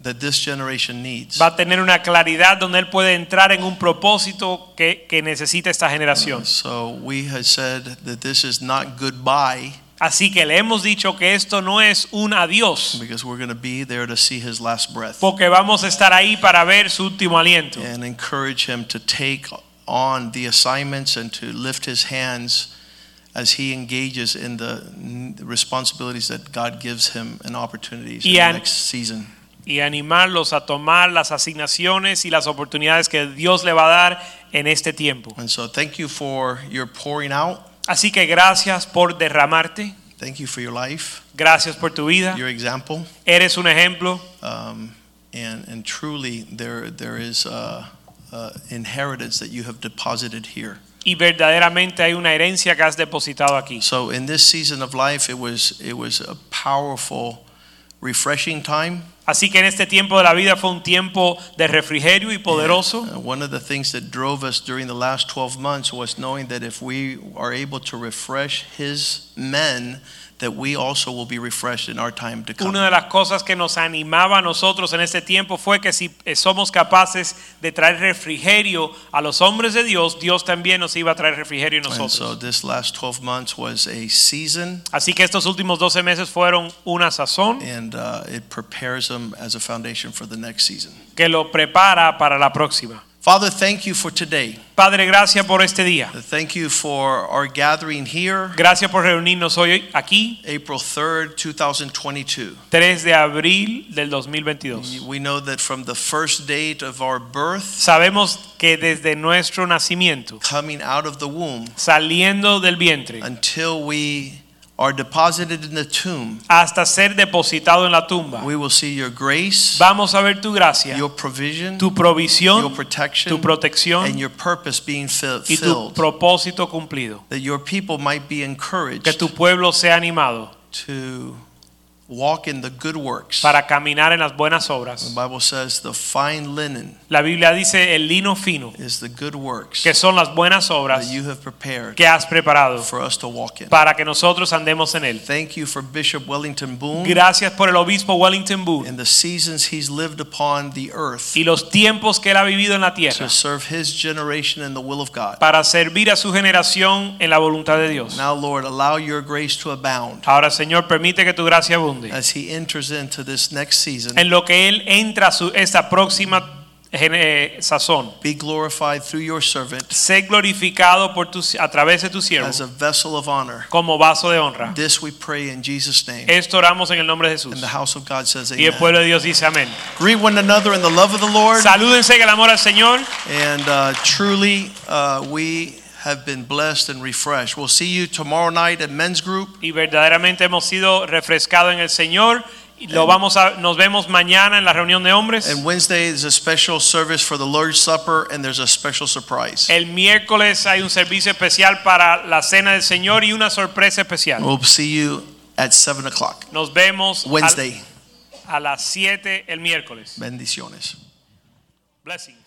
[SPEAKER 4] that this generation needs.
[SPEAKER 3] va a tener una claridad donde él puede entrar en un propósito que, que necesita esta generación.
[SPEAKER 4] So we had said that this is not goodbye
[SPEAKER 3] Así que le hemos dicho que esto no es un adiós,
[SPEAKER 4] because we're going to be there to see his last breath
[SPEAKER 3] porque vamos a estar ahí para ver su último aliento
[SPEAKER 4] and encourage him to take on the assignments and to lift his hands as he engages in the responsibilities that God gives him and opportunities in
[SPEAKER 3] Yeah.
[SPEAKER 4] the next season.
[SPEAKER 3] y animarlos a tomar las asignaciones y las oportunidades que Dios le va a dar en este tiempo.
[SPEAKER 4] And so thank you for your pouring out.
[SPEAKER 3] Así que gracias por derramarte,
[SPEAKER 4] Thank you for your life,
[SPEAKER 3] gracias por tu vida,
[SPEAKER 4] your example.
[SPEAKER 3] eres un ejemplo
[SPEAKER 4] Um, and, and truly, there, there is uh, uh, inheritance that you have deposited here.
[SPEAKER 3] y verdaderamente hay una herencia que has depositado aquí.
[SPEAKER 4] So in this season of life, it was, it was a powerful, refreshing time.
[SPEAKER 3] Así que en este tiempo de la vida fue un tiempo de refrigerio y poderoso.
[SPEAKER 4] Uh, one of the things that drove us during the last 12 months was knowing that if we are able to refresh his men, that we also will be refreshed in our time to come.
[SPEAKER 3] Una de las cosas que nos animaba a nosotros en este tiempo fue que si eh, somos capaces de traer refrigerio a los hombres de Dios, Dios también nos iba a traer refrigerio a
[SPEAKER 4] And so
[SPEAKER 3] nosotros.
[SPEAKER 4] this last 12 months was a season,
[SPEAKER 3] Así que estos últimos 12 meses fueron una sazón
[SPEAKER 4] and uh, it prepares them as a foundation for the next season.
[SPEAKER 3] que lo prepara para la próxima.
[SPEAKER 4] Father, thank you for today.
[SPEAKER 3] Padre, gracias por este día.
[SPEAKER 4] Thank you for our gathering here,
[SPEAKER 3] Gracias por reunirnos hoy aquí,
[SPEAKER 4] April 3rd, 2022.
[SPEAKER 3] 3 de abril del 2022.
[SPEAKER 4] We know that from the first date of our birth,
[SPEAKER 3] Sabemos que desde nuestro nacimiento,
[SPEAKER 4] coming out of the womb,
[SPEAKER 3] saliendo del vientre,
[SPEAKER 4] until we are deposited in the tomb,
[SPEAKER 3] hasta ser depositado en la tumba,
[SPEAKER 4] we will see your grace,
[SPEAKER 3] vamos a ver tu gracia,
[SPEAKER 4] your provision,
[SPEAKER 3] tu
[SPEAKER 4] your
[SPEAKER 3] provisión, tu
[SPEAKER 4] protection, and
[SPEAKER 3] protección
[SPEAKER 4] your purpose being fi-
[SPEAKER 3] y tu
[SPEAKER 4] filled.
[SPEAKER 3] propósito cumplido.
[SPEAKER 4] That your people might be
[SPEAKER 3] Que
[SPEAKER 4] encouraged
[SPEAKER 3] tu pueblo sea animado
[SPEAKER 4] to walk in the good works. The
[SPEAKER 3] para caminar en las buenas obras.
[SPEAKER 4] Bible says the fine linen
[SPEAKER 3] La Biblia dice el lino fino,
[SPEAKER 4] is the good works
[SPEAKER 3] que son las buenas
[SPEAKER 4] that
[SPEAKER 3] obras
[SPEAKER 4] you have prepared
[SPEAKER 3] que has preparado
[SPEAKER 4] for us to walk in.
[SPEAKER 3] para que nosotros andemos en él.
[SPEAKER 4] Thank you for Bishop Wellington Boone
[SPEAKER 3] Gracias por el obispo Wellington Boone
[SPEAKER 4] and the seasons he's lived upon the earth
[SPEAKER 3] y los tiempos que él ha vivido en la tierra
[SPEAKER 4] to serve his generation in the will of God.
[SPEAKER 3] para servir a su generación en la voluntad de Dios.
[SPEAKER 4] Now, Lord, allow your grace to abound
[SPEAKER 3] Ahora, Señor, permite que tu gracia abunde
[SPEAKER 4] as he enters into this next season.
[SPEAKER 3] en lo que él entra a su, esta próxima eh, sazón.
[SPEAKER 4] Be glorified through your servant
[SPEAKER 3] Sé glorificado por tu, a través de tu siervo
[SPEAKER 4] as a vessel of honor.
[SPEAKER 3] como vaso de honra.
[SPEAKER 4] This we pray in Jesus' name.
[SPEAKER 3] Esto oramos en el nombre de
[SPEAKER 4] And
[SPEAKER 3] Jesús.
[SPEAKER 4] the house of God says,
[SPEAKER 3] Y el
[SPEAKER 4] Amen.
[SPEAKER 3] pueblo de Dios dice amén.
[SPEAKER 4] Greet one another in the love of the Lord.
[SPEAKER 3] Salúdense en el amor al Señor.
[SPEAKER 4] And uh, truly, uh, we have been blessed and refreshed. We'll see you tomorrow night at men's group.
[SPEAKER 3] y verdaderamente hemos sido refrescados en el Señor. Y Lo vamos a, nos vemos mañana en la reunión de hombres.
[SPEAKER 4] And Wednesday is a special service for the Lord's Supper, and there's a special surprise.
[SPEAKER 3] El miércoles hay un servicio especial para la cena del Señor y una sorpresa especial.
[SPEAKER 4] We'll see you at 7 o'clock,
[SPEAKER 3] Nos vemos al-
[SPEAKER 4] Wednesday.
[SPEAKER 3] a, las 7 el miércoles.
[SPEAKER 4] Bendiciones.
[SPEAKER 3] Blessings.